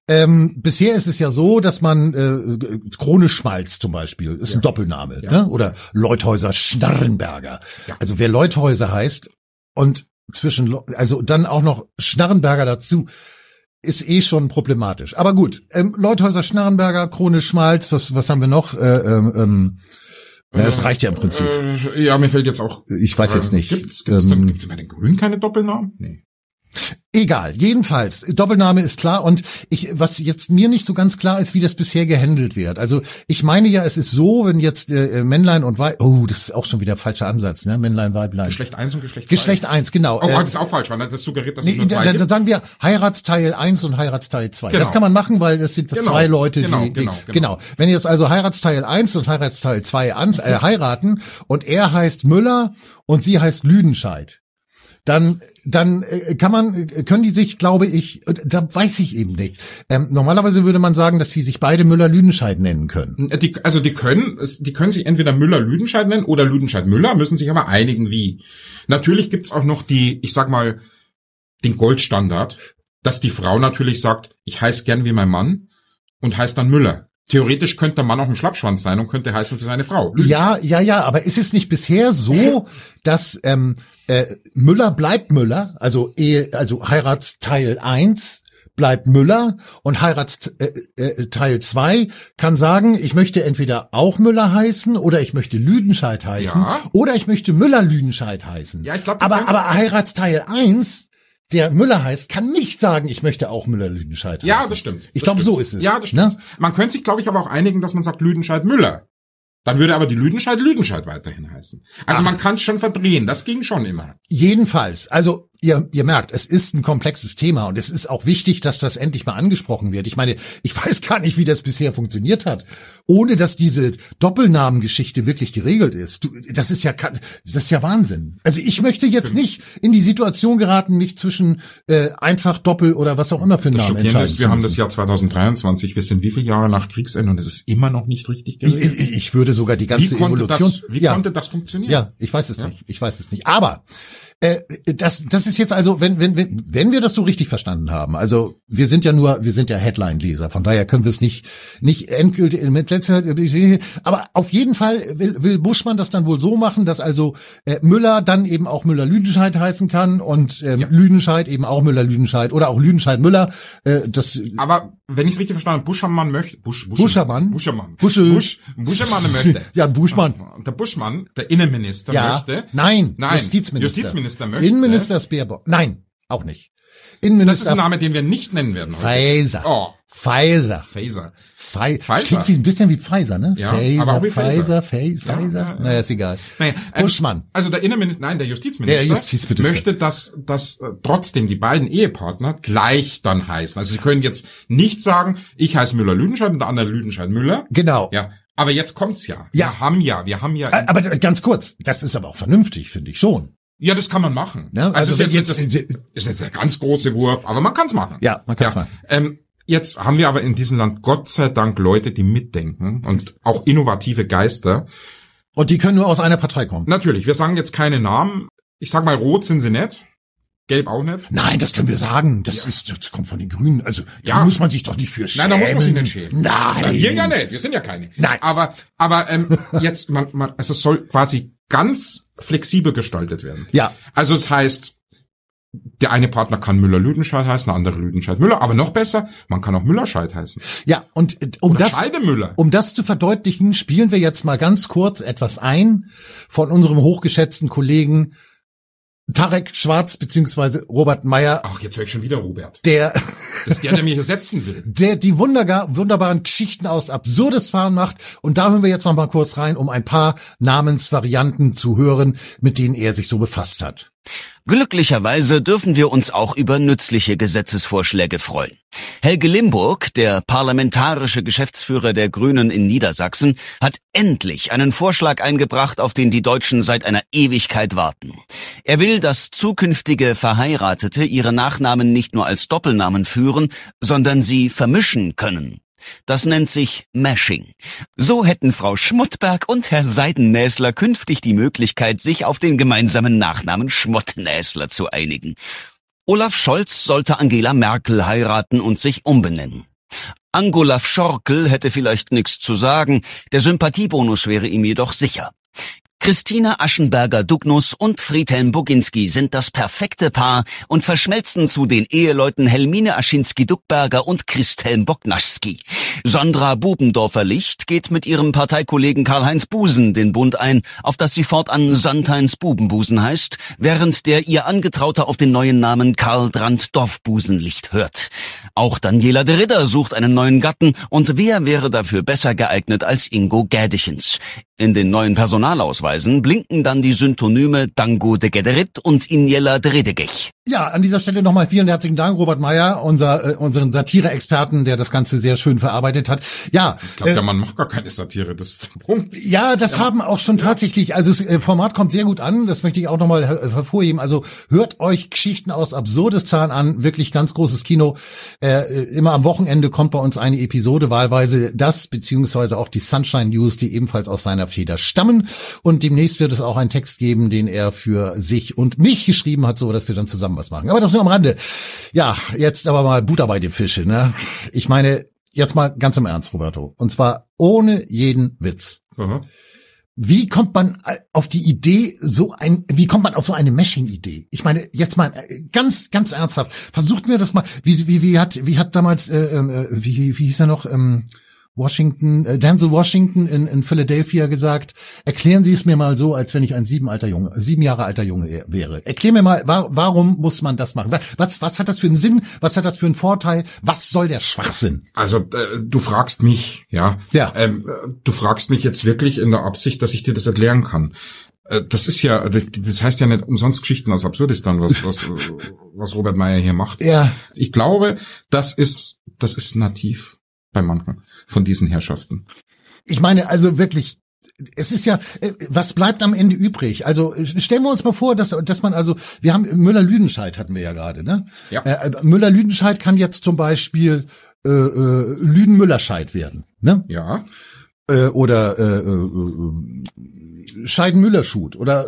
Ähm, bisher ist es ja so, dass man äh, G- Krone Schmalz zum Beispiel ist ein Doppelname ne? oder Leuthäuser Schnarrenberger. Also wer Leuthäuser heißt und zwischen Leu- also dann auch noch Schnarrenberger dazu ist eh schon problematisch. Aber gut, ähm, Leuthäuser Schnarrenberger, Krone Schmalz, was was haben wir noch? Äh, ähm, ähm, na, das reicht ja im Prinzip.
Äh, ja, mir fällt jetzt auch. äh,
Ich weiß jetzt nicht.
Gibt's, gibt's,
Ähm,
denn, gibt's bei den Grünen keine Doppelnamen? Nee.
Egal, jedenfalls, Doppelname ist klar und ich, was jetzt mir nicht so ganz klar ist, wie das bisher gehandelt wird. Also ich meine ja, es ist so, wenn jetzt äh, Männlein und Weib, oh, das ist auch schon wieder ein falscher Ansatz, ne? Männlein, Weiblein.
Geschlecht 1 und Geschlecht 2.
Geschlecht eins, genau.
Oh,
äh,
das ist auch falsch, weil das suggeriert, dass es
nee,
nur zwei
dann, dann
gibt.
sagen wir Heiratsteil 1 und Heiratsteil 2.
Genau.
Das kann man machen, weil das sind
Genau,
zwei Leute,
genau,
die, die
genau, genau.
Wenn jetzt also Heiratsteil 1 und Heiratsteil 2 an, äh, heiraten und er heißt Müller und sie heißt Lüdenscheid. Dann, dann äh, kann man, äh, können die sich, glaube ich, äh, da weiß ich eben nicht. Ähm, normalerweise würde man sagen, dass sie sich beide Müller-Lüdenscheid nennen können.
Die, also die können, es- die können sich entweder Müller-Lüdenscheid nennen oder Lüdenscheid-Müller, müssen sich aber einigen wie. Natürlich gibt's auch noch die, ich sag mal, den Goldstandard, dass die Frau natürlich sagt, ich heiße gern wie mein Mann und heißt dann Müller. Theoretisch könnte der Mann auch ein Schlappschwanz sein und könnte heißen für seine Frau. Lüden-
Ja, ja, ja, aber ist es nicht bisher
Äh.
so, dass ähm, äh, Müller bleibt Müller, also Ehe, also Heiratsteil 1 bleibt Müller und Heiratsteil äh, äh, Teil 2 kann sagen, ich möchte entweder auch Müller heißen oder ich möchte Lüdenscheid heißen
Ja.
oder ich möchte Müller Lüdenscheid heißen.
Ja, ich glaub, die
aber
können-
aber Heiratsteil 1 der Müller heißt, kann nicht sagen, ich möchte auch Müller-Lüdenscheid heißen.
Ja, das stimmt. Das
Ich glaube,
stimmt.
so ist es.
Ja, das
Ne?
stimmt. Man könnte sich, glaube ich, aber auch einigen, dass man sagt Lüdenscheid-Müller. Dann würde aber die Lüdenscheid Lüdenscheid weiterhin heißen. Also man kann es schon verdrehen, das ging schon immer.
Jedenfalls, also ihr, ihr merkt, es ist ein komplexes Thema und es ist auch wichtig, dass das endlich mal angesprochen wird. Ich meine, ich weiß gar nicht, wie das bisher funktioniert hat, ohne dass diese Doppelnamengeschichte wirklich geregelt ist. Du, das ist ja ka- das ist ja Wahnsinn. Also ich möchte jetzt nicht in die Situation geraten, mich zwischen äh, einfach Doppel oder was auch immer für einen Namen
Schockierend
entscheiden
ist,
zu
wir haben das
müssen.
Jahr 2023, wir sind wie viele Jahre nach Kriegsende und es ist immer noch nicht richtig
ich,
geregelt.
ich- ich würde sogar die
Wie
ganze
konnte
Evolution.
das, wie
Ja.
konnte das funktionieren?
Ja, ich weiß es nicht. Ich weiß es nicht. Aber äh, das, das ist jetzt also, wenn, wenn, wenn, wenn wir das so richtig verstanden haben, also wir sind ja nur, wir sind ja Headline-Leser, von daher können wir es nicht, nicht endgültig mit letzter, aber auf jeden Fall will, will Buschmann das dann wohl so machen, dass also äh, Müller dann eben auch Müller-Lüdenscheid heißen kann und ähm, Lüdenscheid eben auch Müller-Lüdenscheid oder auch Lüdenscheid-Müller, äh, das
Aber wenn ich es richtig verstanden habe, Buschermann möchte, Busch, Busch,
Buschermann?
Buschermann,
Busche-
Busch, Buschermann möchte.
Ja, Buschmann.
Und Der Buschmann, der Innenminister
Ja,
Also möchte.
nein,
Nein,
Justizminister.
Justizminister möchte. ne?
Innenminister ist Baerbock. Nein, auch nicht.
Das ist
Innenminister
ein Name, den wir nicht nennen werden heute.
Pfizer.
Oh,
Pfizer.
Phaser.
Pfizer.
Pfizer.
Klingt wie, ein bisschen wie Pfizer, ne?
Ja,
Pfizer,
aber auch wie Pfizer.
Pfizer, Pfizer,
Ja,
Pfizer.
ja, ja.
Naja, ist egal.
Naja, ähm,
Buschmann.
Also der Innenminister, nein, der Justizminister,
Der Justizminister.
möchte, dass, dass äh, trotzdem die beiden Ehepartner gleich dann heißen. Also sie können jetzt nicht sagen, ich heiße Müller-Lüdenscheid und der andere Lüdenscheid-Müller.
Genau.
Ja, aber jetzt kommt's ja.
Ja. Äh,
Wir haben ja, wir haben ja.
Ä- Aber ganz kurz, das ist aber auch vernünftig, finde ich schon.
ja, das kann man machen.
Ne? Also
Also, ist,
wenn
jetzt, jetzt, das,
jetzt-
ist jetzt der ganz große Wurf, aber man kann's machen.
Ja, man kann's machen.
Ähm, Jetzt haben wir aber in diesem Land Gott sei Dank Leute, die mitdenken und auch innovative Geister,
Und die können nur aus einer Partei kommen.
Natürlich, wir sagen jetzt keine Namen. Ich sag mal, rot sind sie nicht. Gelb auch nicht.
Nein, das können wir sagen. Das ist, das kommt von den Grünen. Also, da
Ja.
muss man sich doch nicht für schämen.
Nein, da muss man sich nicht schämen.
Nein.
Wir ja ne. nicht, wir sind ja keine.
Nein.
Aber, aber ähm, jetzt, man, man, also es soll quasi ganz flexibel gestaltet werden.
Ja.
Also es heißt, Der eine Partner kann Müller-Lüdenscheid heißen, der andere Lüdenscheid-Müller. Aber noch besser, man kann auch Müllerscheid heißen.
Ja, und äh, um
Oder
das,
Scheidemüller.
um das zu verdeutlichen, spielen wir jetzt mal ganz kurz etwas ein von unserem hochgeschätzten Kollegen Tarek Schwarz beziehungsweise Robert Meyer,
Ach, jetzt höre ich schon wieder Robert.
der,
Das ist der, der mich ersetzen will.
der die wundergar, wunderbaren Geschichten aus Absurdistan macht. Und da hören wir jetzt noch mal kurz rein, um ein paar Namensvarianten zu hören, mit denen er sich so befasst hat.
Glücklicherweise dürfen wir uns auch über nützliche Gesetzesvorschläge freuen. Helge Limburg, der parlamentarische Geschäftsführer der Grünen in Niedersachsen, hat endlich einen Vorschlag eingebracht, auf den die Deutschen seit einer Ewigkeit warten. Er will, dass zukünftige Verheiratete ihre Nachnamen nicht nur als Doppelnamen führen, sondern sie vermischen können. Das nennt sich Mashing. So hätten Frau Schmuttberg und Herr Seidennäsler künftig die Möglichkeit, sich auf den gemeinsamen Nachnamen Schmuttnäsler zu einigen. Olaf Scholz sollte Angela Merkel heiraten und sich umbenennen. Angolaf Schorkel hätte vielleicht nichts zu sagen, der Sympathiebonus wäre ihm jedoch sicher. Christina Aschenberger-Dugnus und Friedhelm Boginski sind das perfekte Paar und verschmelzen zu den Eheleuten Helmine Aschinski-Duckberger und Christhelm Bognaschski. Sandra Bubendorfer-Licht geht mit ihrem Parteikollegen Karl-Heinz Busen den Bund ein, auf das sie fortan Sandheinz Bubenbusen heißt, während der ihr Angetrauter auf den neuen Namen Karl Brandt Dorfbusenlicht hört. Auch Daniela de Ridder sucht einen neuen Gatten und wer wäre dafür besser geeignet als Ingo Gädichens? In den neuen Personalausweisen blinken dann die Synonyme Dango de Gederit und Injela de Redegech.
Ja, an dieser Stelle nochmal vielen herzlichen Dank, Robert Meyer, unser, äh, unseren Satire-Experten, der das Ganze sehr schön verarbeitet hat. Ja,
Ich glaube, der Mann macht gar keine Satire, das ist der Punkt.
Ja, das haben auch schon tatsächlich, also das äh, Format kommt sehr gut an, das möchte ich auch nochmal hervorheben. Also hört euch Geschichten aus Absurdistan an, wirklich ganz großes Kino. Äh, äh, immer am Wochenende kommt bei uns eine Episode, wahlweise das, beziehungsweise auch die Sunshine News, die ebenfalls aus seiner Feder stammen. Und demnächst wird es auch einen Text geben, den er für sich und mich geschrieben hat, so dass wir dann zusammen was machen. Aber das nur am Rande. Ja, jetzt aber mal Butter bei den Fische, ne? Ich meine, jetzt mal ganz im Ernst, Roberto. Und zwar ohne jeden Witz.
Aha.
Wie kommt man äh, auf die Idee, so ein, wie kommt man auf so eine Meshing-Idee? Ich meine, jetzt mal äh, ganz, ganz ernsthaft. Versucht mir das mal, wie, wie, wie hat, wie hat damals, äh, äh, wie, wie hieß er noch, ähm, Washington, äh, Denzel Washington in, in Philadelphia gesagt, erklären Sie es mir mal so, als wenn ich ein sieben, alter Junge, sieben Jahre alter Junge e- wäre. Erklär mir mal, wa warum muss man das machen? Wa- Was, was hat das für einen Sinn? Was hat das für einen Vorteil? Was soll der Schwachsinn?
Also äh, du fragst mich, ja.
Ja.
Ähm, äh, du fragst mich jetzt wirklich in der Absicht, dass ich dir das erklären kann. Äh, das ist ja, das- das heißt ja nicht umsonst Geschichten aus Absurdistan, was, was, äh, was Robert Meyer hier macht.
Ja.
Ich glaube, das ist, das ist nativ bei manchen von diesen Herrschaften.
ich meine, also wirklich, es ist ja, äh, was bleibt am Ende übrig? Also äh, stellen wir uns mal vor, dass, dass man also, wir haben Müller-Lüdenscheid hatten wir ja gerade, ne?
Ja.
Äh, Müller-Lüdenscheid kann jetzt zum Beispiel äh, äh, Lüden-Müllerscheid werden, ne?
Ja.
Äh, oder äh, äh, äh, äh, Scheiden-Müller-Schut oder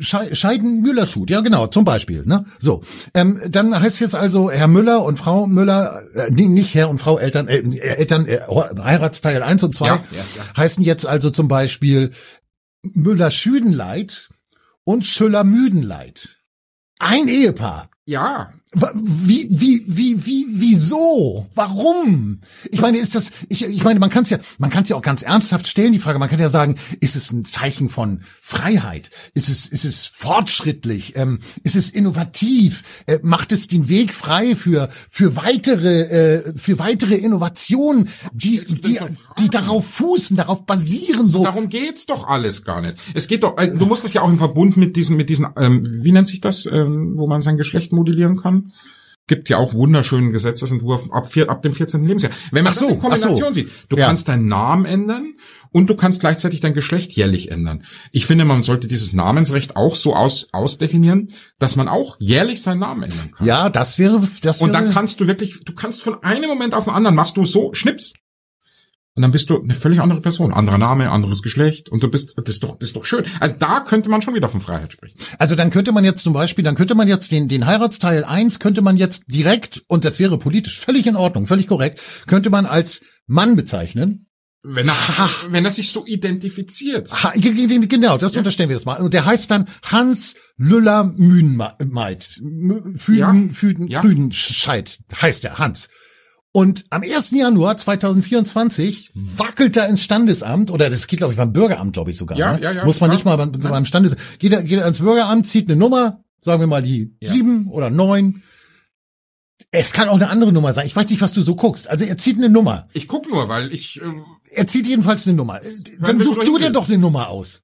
Schei- Scheiden-Müller-Schut, ja genau, zum Beispiel. Ne? So, ähm, dann heißt jetzt also Herr Müller und Frau Müller, äh, nee, nicht Herr und Frau Eltern, äh, Eltern, äh, Heiratsteil 1 und 2,
Ja, ja,
heißen jetzt also zum Beispiel Müller-Schüdenleit und Schüller-Müdenleit. Ein Ehepaar.
Ja.
Wa- Wie, wie, wie, wie, wieso? Warum? Ich meine, ist das, ich, ich meine, man kann es ja, man kann es ja auch ganz ernsthaft stellen, die Frage. Man kann ja sagen, ist es ein Zeichen von Freiheit? Ist es, ist es fortschrittlich? Ähm, ist es innovativ? Äh, macht es den Weg frei für, für weitere, äh, für weitere Innovationen, die, die, die darauf fußen, darauf basieren, so.
Darum geht's doch alles gar nicht. Es geht doch, also du musst es ja auch im Verbund mit diesen, mit diesen, ähm, wie nennt sich das, ähm, wo man sein Geschlecht modellieren kann? Gibt ja auch wunderschönen Gesetzesentwurf ab, vier, ab dem 14. Lebensjahr. Wenn man
Ach
das
so,
in Kombination
ach so.
sieht, du
Ja.
kannst deinen Namen ändern und du kannst gleichzeitig dein Geschlecht jährlich ändern. Ich finde, man sollte dieses Namensrecht auch so aus, ausdefinieren, dass man auch jährlich seinen Namen ändern kann.
Ja, das wäre, das
Und
wäre,
dann kannst du wirklich, du kannst von einem Moment auf den anderen machst du so, schnips. Und dann bist du eine völlig andere Person. Anderer Name, anderes Geschlecht. Und du bist, das ist doch, das ist doch schön. Also da könnte man schon wieder von Freiheit sprechen.
Also dann könnte man jetzt zum Beispiel, dann könnte man jetzt den, den Heiratsteil 1, könnte man jetzt direkt, und das wäre politisch völlig in Ordnung, völlig korrekt, könnte man als Mann bezeichnen
Wenn er, wenn er sich so identifiziert.
Ha, genau, das unterstellen wir das mal. Und der heißt dann Hans Lüller Mühnmeid. Füden,
Ja.
Füden,
Ja.
Prüdenscheid heißt er, Hans. Und am 1. Januar 2024 wackelt er ins Standesamt, oder das geht, glaube ich, beim Bürgeramt, glaube ich sogar.
Ja,
ne?
ja, ja,
Muss man
ja.
nicht mal beim, so beim Standesamt. Geht er, geht er ans Bürgeramt, zieht eine Nummer, sagen wir mal die
Ja.
sieben oder neun. Es kann auch eine andere Nummer sein. Ich weiß nicht, was du so guckst. Also er zieht eine Nummer.
Ich guck nur, weil ich äh,
Er zieht jedenfalls eine Nummer. Äh, Dann
wir
such
durch
du dir
will.
doch eine Nummer aus.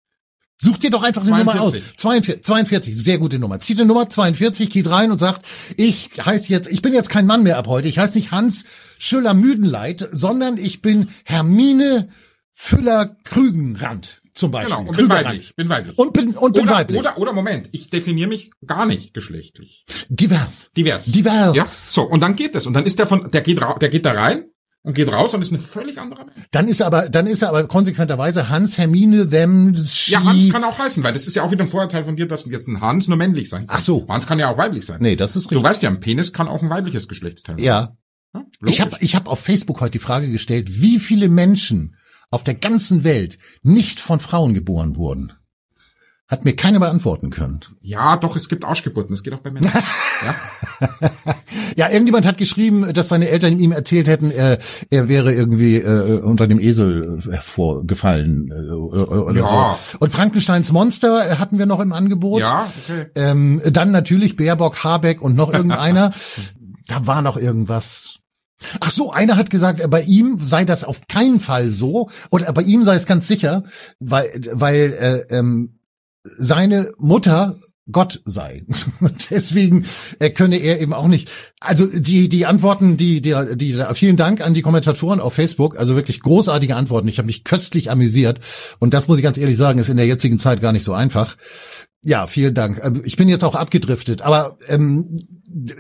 Such dir doch einfach eine Nummer aus.
42.
42, 42, sehr gute Nummer. Zieht eine Nummer 42, geht rein und sagt, ich heiße jetzt, ich bin jetzt kein Mann mehr ab heute. Ich heiße nicht Hans Schüller Müdenleit, sondern ich bin Hermine Füller Krügenrand zum Beispiel.
genau und bin
Krügerrand.
weiblich, bin weiblich.
Und bin, und bin
oder,
weiblich.
Oder, oder Moment, ich definiere mich gar nicht geschlechtlich.
Divers.
Divers.
Divers.
Ja, so und dann geht es und dann ist der von, der geht, ra- der geht da rein und geht raus und ist ein völlig anderer Mensch.
Dann ist er aber, dann ist er aber konsequenterweise Hans Hermine Wemschi.
Ja, Hans kann auch heißen, weil das ist ja auch wieder ein Vorurteil von dir, dass jetzt ein Hans nur männlich sein kann.
Ach so.
Hans kann ja auch weiblich sein.
Nee, das ist
Du
richtig.
weißt ja, ein Penis kann auch ein weibliches Geschlechtsteil sein.
ja,
Ja,
Ich habe
logisch.
ich hab auf Facebook heute die Frage gestellt, wie viele Menschen auf der ganzen Welt nicht von Frauen geboren wurden. Hat mir keiner beantworten können.
ja, doch, es gibt Arschgeburten, das geht auch bei Männern. ja.
Ja, irgendjemand hat geschrieben, dass seine Eltern ihm erzählt hätten, er, er wäre irgendwie äh, unter dem Esel äh, hervorgefallen. Äh, oder, oder oder
Ja.
so. Und Frankensteins Monster äh, hatten wir noch im Angebot.
ja, okay.
Ähm, dann natürlich Baerbock, Habeck und noch irgendeiner. da war noch irgendwas. Ach so, einer hat gesagt, äh, bei ihm sei das auf keinen Fall so oder äh, bei ihm sei es ganz sicher, weil weil äh, ähm, seine Mutter Gott sei. Und Deswegen äh, könne er eben auch nicht. Also die die Antworten, die die, die vielen Dank an die Kommentatoren auf Facebook, also wirklich großartige Antworten. Ich habe mich köstlich amüsiert und das muss ich ganz ehrlich sagen, ist in der jetzigen Zeit gar nicht so einfach. Ja, vielen Dank. Ähm, Ich bin jetzt auch abgedriftet, aber ähm,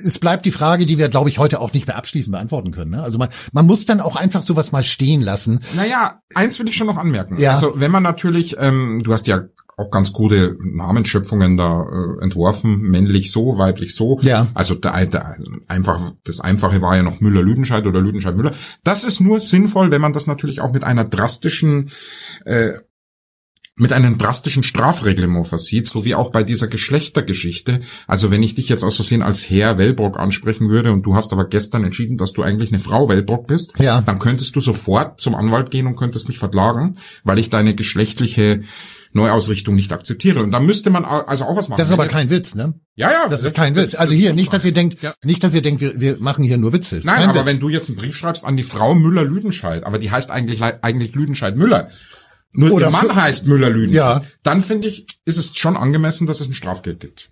es bleibt die Frage, die wir, glaube ich, heute auch nicht mehr abschließend beantworten können. Ne? Also man, man muss dann auch einfach sowas mal stehen lassen.
Naja, eins will ich schon noch anmerken.
Ja.
Also wenn man natürlich, ähm, du hast ja auch ganz gute Namensschöpfungen da äh, entworfen, männlich so, weiblich so.
Ja.
Also der, der, einfach, das Einfache war ja noch Müller-Lüdenscheid oder Lüdenscheid-Müller. Das ist nur sinnvoll, wenn man das natürlich auch mit einer drastischen mit einem drastischen Strafreglement versieht, so wie auch bei dieser Geschlechtergeschichte. Also wenn ich dich jetzt aus Versehen als Herr Wellbrock ansprechen würde und du hast aber gestern entschieden, dass du eigentlich eine Frau Wellbrock bist,
Ja.
dann könntest du sofort zum Anwalt gehen und könntest mich verklagen, weil ich deine geschlechtliche Neuausrichtung nicht akzeptiere. Und da müsste man au- also auch was machen.
Das ist aber
Wenn
kein Witz, ne?
jetzt- ja, ja,
Das ist kein Witz. Also hier, nicht, dass ihr denkt,
Ja.
nicht, dass ihr denkt, wir, wir machen hier nur Witze. Das ist
Nein,
kein
aber
Witz.
wenn du jetzt einen Brief schreibst an die Frau Müller-Lüdenscheid, aber die heißt eigentlich, eigentlich Lüdenscheid-Müller. Nur
Oder
der Mann
für-
heißt Müller-Lüdenscheid.
Ja.
Dann finde ich, ist es schon angemessen, dass es ein Strafgeld gibt.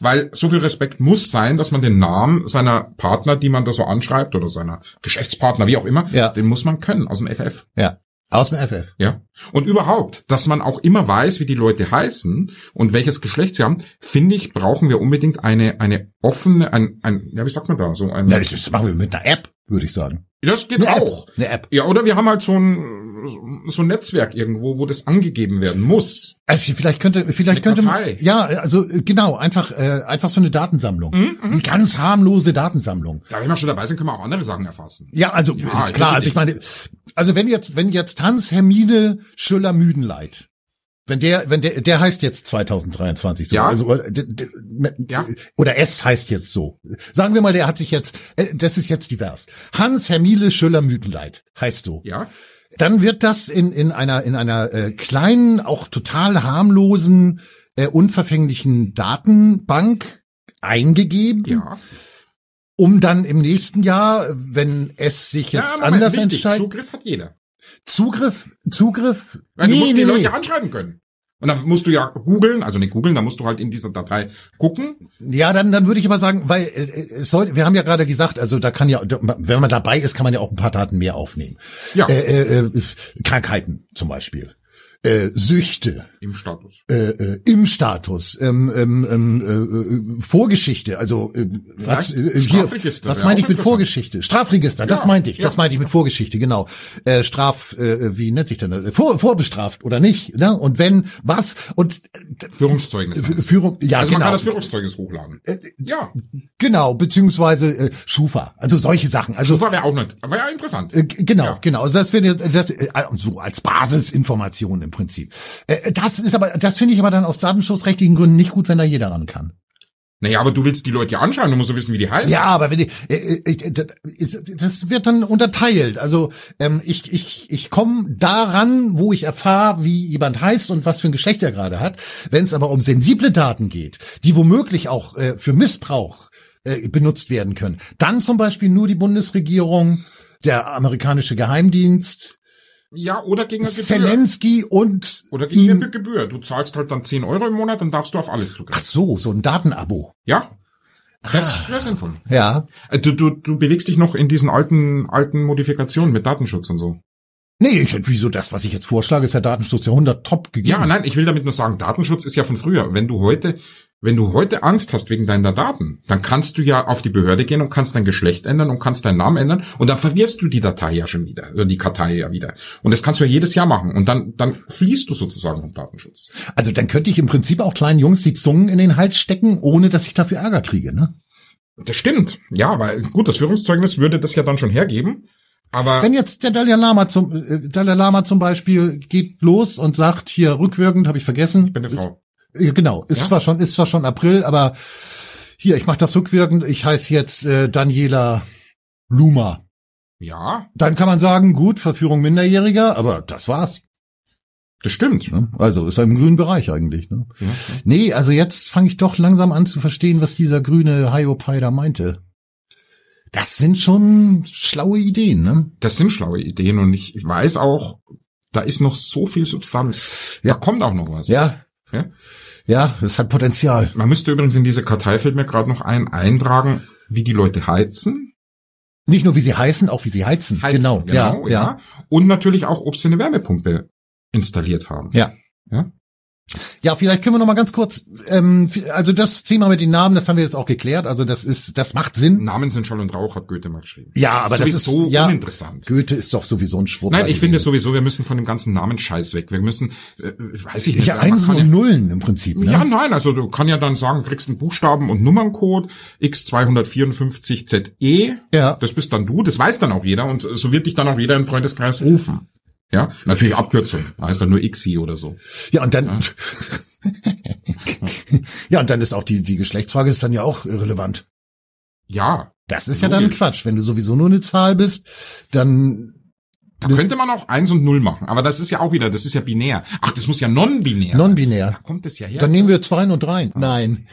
Weil so viel Respekt muss sein, dass man den Namen seiner Partner, die man da so anschreibt, oder seiner Geschäftspartner, wie auch immer,
Ja.
den muss man können aus dem FF.
Ja. Aus dem FF.
Ja. Und überhaupt, dass man auch immer weiß, wie die Leute heißen und welches Geschlecht sie haben, finde ich, brauchen wir unbedingt eine, eine offene, ein, ein, ja, wie sagt man da, so ein,
Ja, das machen wir mit einer App, würde ich sagen.
das geht
Eine App.
auch.
Eine App.
Ja, oder wir haben halt so ein, so ein Netzwerk irgendwo, wo das angegeben werden muss.
Äh, Vielleicht könnte, vielleicht
Eine
könnte man,
Partei.
ja, also äh, genau, einfach, äh, einfach so eine Datensammlung,
Mhm,
eine ganz harmlose Datensammlung.
Ja, wenn wir schon dabei sind, können wir auch andere Sachen erfassen.
Ja, also
Ja,
klar, also ich meine, also wenn jetzt, wenn jetzt Hans Hermine Schüller Müdenleit, wenn der, wenn der, der heißt jetzt 2023 so,
Ja.
also oder, d- d-
Ja.
oder es heißt jetzt so. Sagen wir mal, der hat sich jetzt, äh, das ist jetzt divers. Hans Hermine Schüller Müdenleit heißt so.
Ja?
Dann wird das in, in einer, in einer äh, kleinen, auch total harmlosen, äh, unverfänglichen Datenbank eingegeben
Ja.
um dann im nächsten Jahr, wenn es sich jetzt
ja, Moment,
anders
wichtig,
entscheidet,
Zugriff hat jeder.
Zugriff, Zugriff,
Weil du musst die Leute anschreiben können. Und dann musst du ja googeln, also nicht googeln, da musst du halt in dieser Datei gucken.
ja, dann dann würde ich aber sagen, weil äh, es soll, wir haben ja gerade gesagt, also da kann ja, wenn man dabei ist, kann man ja auch ein paar Daten mehr aufnehmen.
Ja.
Äh, äh, äh, Krankheiten zum Beispiel, äh, Süchte,
Im Status.
äh, äh, im Status, ähm, ähm, ähm, äh, äh, Vorgeschichte, also äh, was, äh, hier,
Strafregister
was
wäre
meine
auch
ich mit
interessant.
Vorgeschichte? Strafregister, das
Ja,
meinte ich, das
ja.
meinte ich mit Vorgeschichte, genau. Äh, Straf, äh, wie nennt sich denn das? Vor, vorbestraft oder nicht, ne? Und wenn, was? Und äh,
Führungszeugnis. meinst du?
Führung, ja
also man
genau, Äh,
kann das Führungszeugnis hochladen. ja.
genau, beziehungsweise äh, Schufa, also solche Sachen, also
War wäre auch nicht, war ja interessant.
Äh, g- Genau,
Ja.
genau. Also das wäre das äh, so als Basisinformation im Prinzip. Äh, Das ist aber, das finde ich aber dann aus datenschutzrechtlichen Gründen nicht gut, wenn da jeder ran kann.
Naja, aber du willst die Leute ja anschauen, du musst ja wissen, wie die heißen.
Ja, aber wenn die, äh, äh, äh, das ist- das wird dann unterteilt. Also ähm, ich ich ich komme daran, wo ich erfahre, wie jemand heißt und was für ein Geschlecht er gerade hat. Wenn es aber um sensible Daten geht, die womöglich auch äh, für Missbrauch äh, benutzt werden können, dann zum Beispiel nur die Bundesregierung, der amerikanische Geheimdienst,
Ja, oder gegen eine Gebühr.
Zelensky und
Oder gegen
ihm,
eine Gebühr. Du zahlst halt dann 10 Euro im Monat, dann darfst du auf alles
ach
zugreifen.
so, so ein Datenabo.
Ja. Das wäre sinnvoll.
Ja.
Ah. Äh, Du, du, du bewegst dich noch in diesen alten, alten Modifikationen mit Datenschutz und so.
Nee, ich, wieso das, was ich jetzt vorschlage, ist der Datenschutz ja 100 top gegeben.
Ja, nein, ich will damit nur sagen, Datenschutz ist ja von früher. Wenn du heute, wenn du heute Angst hast wegen deiner Daten, dann kannst du ja auf die Behörde gehen und kannst dein Geschlecht ändern und kannst deinen Namen ändern und dann verwirrst du die Datei ja schon wieder, oder die Kartei ja wieder. Und das kannst du ja jedes Jahr machen und dann, dann fließt du sozusagen vom Datenschutz.
Also dann könnte ich im Prinzip auch kleinen Jungs die Zungen in den Hals stecken, ohne dass ich dafür Ärger kriege, ne?
Das stimmt. Ja, weil, gut, das Führungszeugnis würde das ja dann schon hergeben. Aber
Wenn jetzt der Dalai Lama zum äh, Dalai Lama zum Beispiel geht los und sagt, hier rückwirkend, habe ich vergessen. Ich
bin eine Frau.
Äh, genau, ist
Ja?
zwar schon, ist zwar schon April, aber hier, ich mache das rückwirkend, ich heiße jetzt äh, Daniela Luma.
ja,
Dann kann man sagen, gut, Verführung Minderjähriger, aber das war's.
das stimmt.
Ne? Also ist er im grünen Bereich eigentlich. Ne? Nee, also jetzt fange ich doch langsam an zu verstehen, was dieser grüne Haiopai da meinte. Das sind schon schlaue Ideen, ne?
Das sind schlaue Ideen und ich, ich weiß auch, da ist noch so viel Substanz.
Ja.
Da kommt auch noch was.
Ja,
Ja?
ja, das hat Potenzial.
Man müsste übrigens in diese Kartei, fällt mir gerade noch ein, eintragen, wie die Leute heizen.
Nicht nur wie sie heißen, auch wie sie heizen.
heizen
genau, ja, ja,
Und natürlich auch, ob sie eine Wärmepumpe installiert haben.
ja.
Ja?
Ja, vielleicht können wir noch mal ganz kurz. Ähm, also das Thema mit den Namen, das haben wir jetzt auch geklärt. Also das ist, das macht Sinn.
Namen sind Schall und Rauch, hat Goethe mal geschrieben.
Ja, aber das ist-
sowieso
ja.
uninteressant.
Goethe ist doch sowieso ein Schwupp.
Nein, ich finde sowieso, wir müssen von dem ganzen Namensscheiß weg. Wir müssen, äh, weiß ich nicht.
ja
man
Einsen
kann
und Nullen im Prinzip. Ne?
Ja, nein, also du kann ja dann sagen, kriegst einen Buchstaben und Nummerncode X254ZE.
Ja.
Das bist dann du, das weiß dann auch jeder und so wird dich dann auch jeder im Freundeskreis rufen. Ja, natürlich Abkürzung, heißt dann nur Xi oder so.
Ja, und dann. Ja. und dann ist auch die, die Geschlechtsfrage ist dann ja auch relevant.
Ja,
Das ist ja dann
Logisch.
Quatsch. Wenn du sowieso nur eine Zahl bist, dann
da könnte man auch Eins und Null machen, aber das ist ja auch wieder, das ist ja binär. Ach, das muss ja non-binär. sein.
non-binär.
Da kommt es ja her.
Dann nehmen wir zwei und drei. Nein.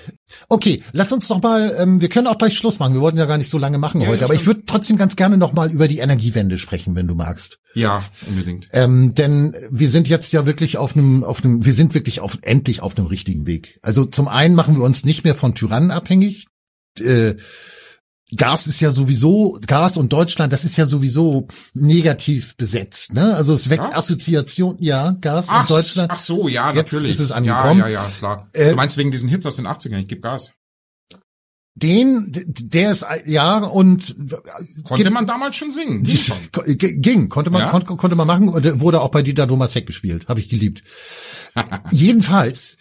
Okay, lass uns noch mal, ähm, wir können auch gleich Schluss machen. Wir wollten ja gar nicht so lange machen
Ja,
heute,
ja,
aber ich
stimmt.
würde trotzdem ganz gerne noch mal über die Energiewende sprechen, wenn du magst.
ja, unbedingt.
Ähm, denn wir sind jetzt ja wirklich auf einem, auf einem, wir sind wirklich auf, endlich auf einem richtigen Weg. Also zum einen machen wir uns nicht mehr von Tyrannen abhängig. Äh, Gas ist ja sowieso, Gas und Deutschland, das ist ja sowieso negativ besetzt, ne? Also es weckt
Ja?
Assoziationen, ja, Gas
Ach,
und Deutschland.
ach so, ja,
Jetzt
natürlich.
ist es angekommen.
Ja, ja, ja, klar.
Äh,
du meinst wegen diesen Hits aus den 80ern, ich geb Gas.
Den, d- der ist, ja, und
Konnte man damals schon singen. ging schon.
G- ging, konnte man
Ja?
kon konnte man machen und äh, wurde auch bei Dieter Domasek gespielt, habe ich geliebt. Jedenfalls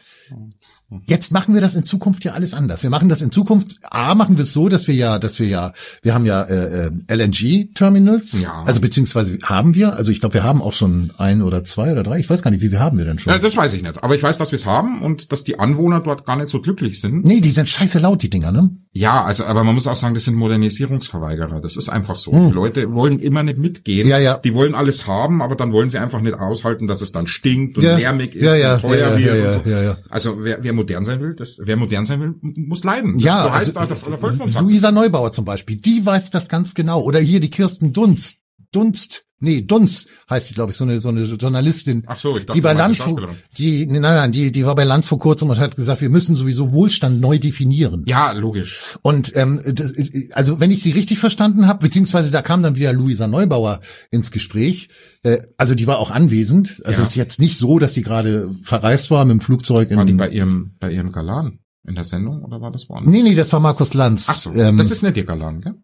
jetzt machen wir das in Zukunft ja alles anders. Wir machen das in Zukunft A machen wir es so, dass wir ja, dass wir ja, wir haben ja äh, äh, LNG Terminals,
Ja.
also beziehungsweise haben wir, also ich glaube, wir haben auch schon ein oder zwei oder drei, ich weiß gar nicht, wie wir haben wir denn schon.
Ja, das weiß ich nicht. Aber ich weiß, dass wir es haben und dass die Anwohner dort gar nicht so glücklich sind.
nee, die sind scheiße laut die Dinger, ne?
Ja, also, aber man muss auch sagen, das sind Modernisierungsverweigerer. Das ist einfach so. Die Leute wollen immer nicht mitgehen.
Hm. Ja, ja.
Die wollen alles haben, aber dann wollen sie einfach nicht aushalten, dass es dann stinkt und
Ja.
lärmig ist
Ja, ja,
und teuer
ja, ja,
wird.
ja,
und so.
ja, ja.
Also wer, wer modern sein will, das, wer modern sein will, m- muss leiden. Das
Ja,
so heißt
also,
also, der, der Volksmund sagt.
Luisa Neubauer zum Beispiel, die weiß das ganz genau. Oder hier die Kirsten Dunst, Dunst, Nee, Dunz heißt sie, glaube ich, so eine, so eine Journalistin.
Ach so, ich dachte,
die bei
du meinst
Lanz,
die Schauspielerin.
die, nee, nein, nein, die, die war bei Lanz vor kurzem und hat gesagt, wir müssen sowieso Wohlstand neu definieren.
Ja, logisch.
Und ähm, das, also wenn ich sie richtig verstanden habe, beziehungsweise da kam dann wieder Luisa Neubauer ins Gespräch. Äh, also die war auch anwesend. Also
Ja.
es ist jetzt nicht so, dass die gerade verreist war mit dem Flugzeug in.
War die bei ihrem, bei ihrem Galan in der Sendung oder war das woanders?
nee, nee, das war Markus Lanz.
Ach so,
ähm,
das ist nicht ihr Galan, gell?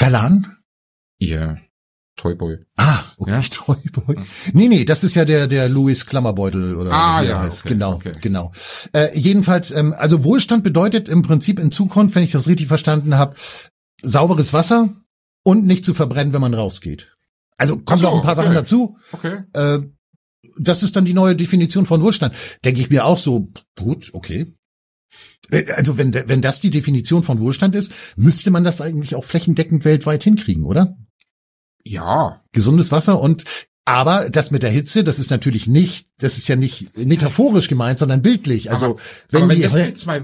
Galan?
Ihr Toyboy.
Ah, okay,
Ja.
Toyboy. Nee, nee, das ist ja der, der Louis Klammerbeutel oder
Ah,
wie der
ja,
heißt.
okay,
genau,
okay.
genau. Äh, jedenfalls, ähm, also Wohlstand bedeutet im Prinzip in Zukunft, wenn ich das richtig verstanden habe, sauberes Wasser und nicht zu verbrennen, wenn man rausgeht. Also kommen
so,
noch ein paar
okay.
Sachen dazu.
Okay.
Äh, das ist dann die neue Definition von Wohlstand. Denke ich mir auch so, gut, okay. Äh, Also wenn, wenn das die Definition von Wohlstand ist, müsste man das eigentlich auch flächendeckend weltweit hinkriegen, oder?
Ja,
gesundes Wasser und aber das mit der Hitze, das ist natürlich nicht, das ist ja nicht metaphorisch gemeint, sondern bildlich. Also
Aber-
wenn,
aber
die,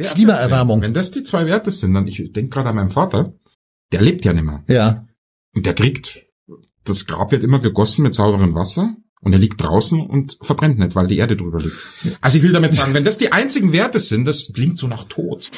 Klimaerwärmung,
sind, wenn das die zwei Werte sind, dann ich denk gerade an meinen Vater, der lebt ja nicht mehr.
ja,
Und der kriegt, das Grab wird immer gegossen mit sauberem Wasser und er liegt draußen und verbrennt nicht, weil die Erde drüber liegt. Also ich will damit sagen, wenn das die einzigen Werte sind, das klingt so nach Tod.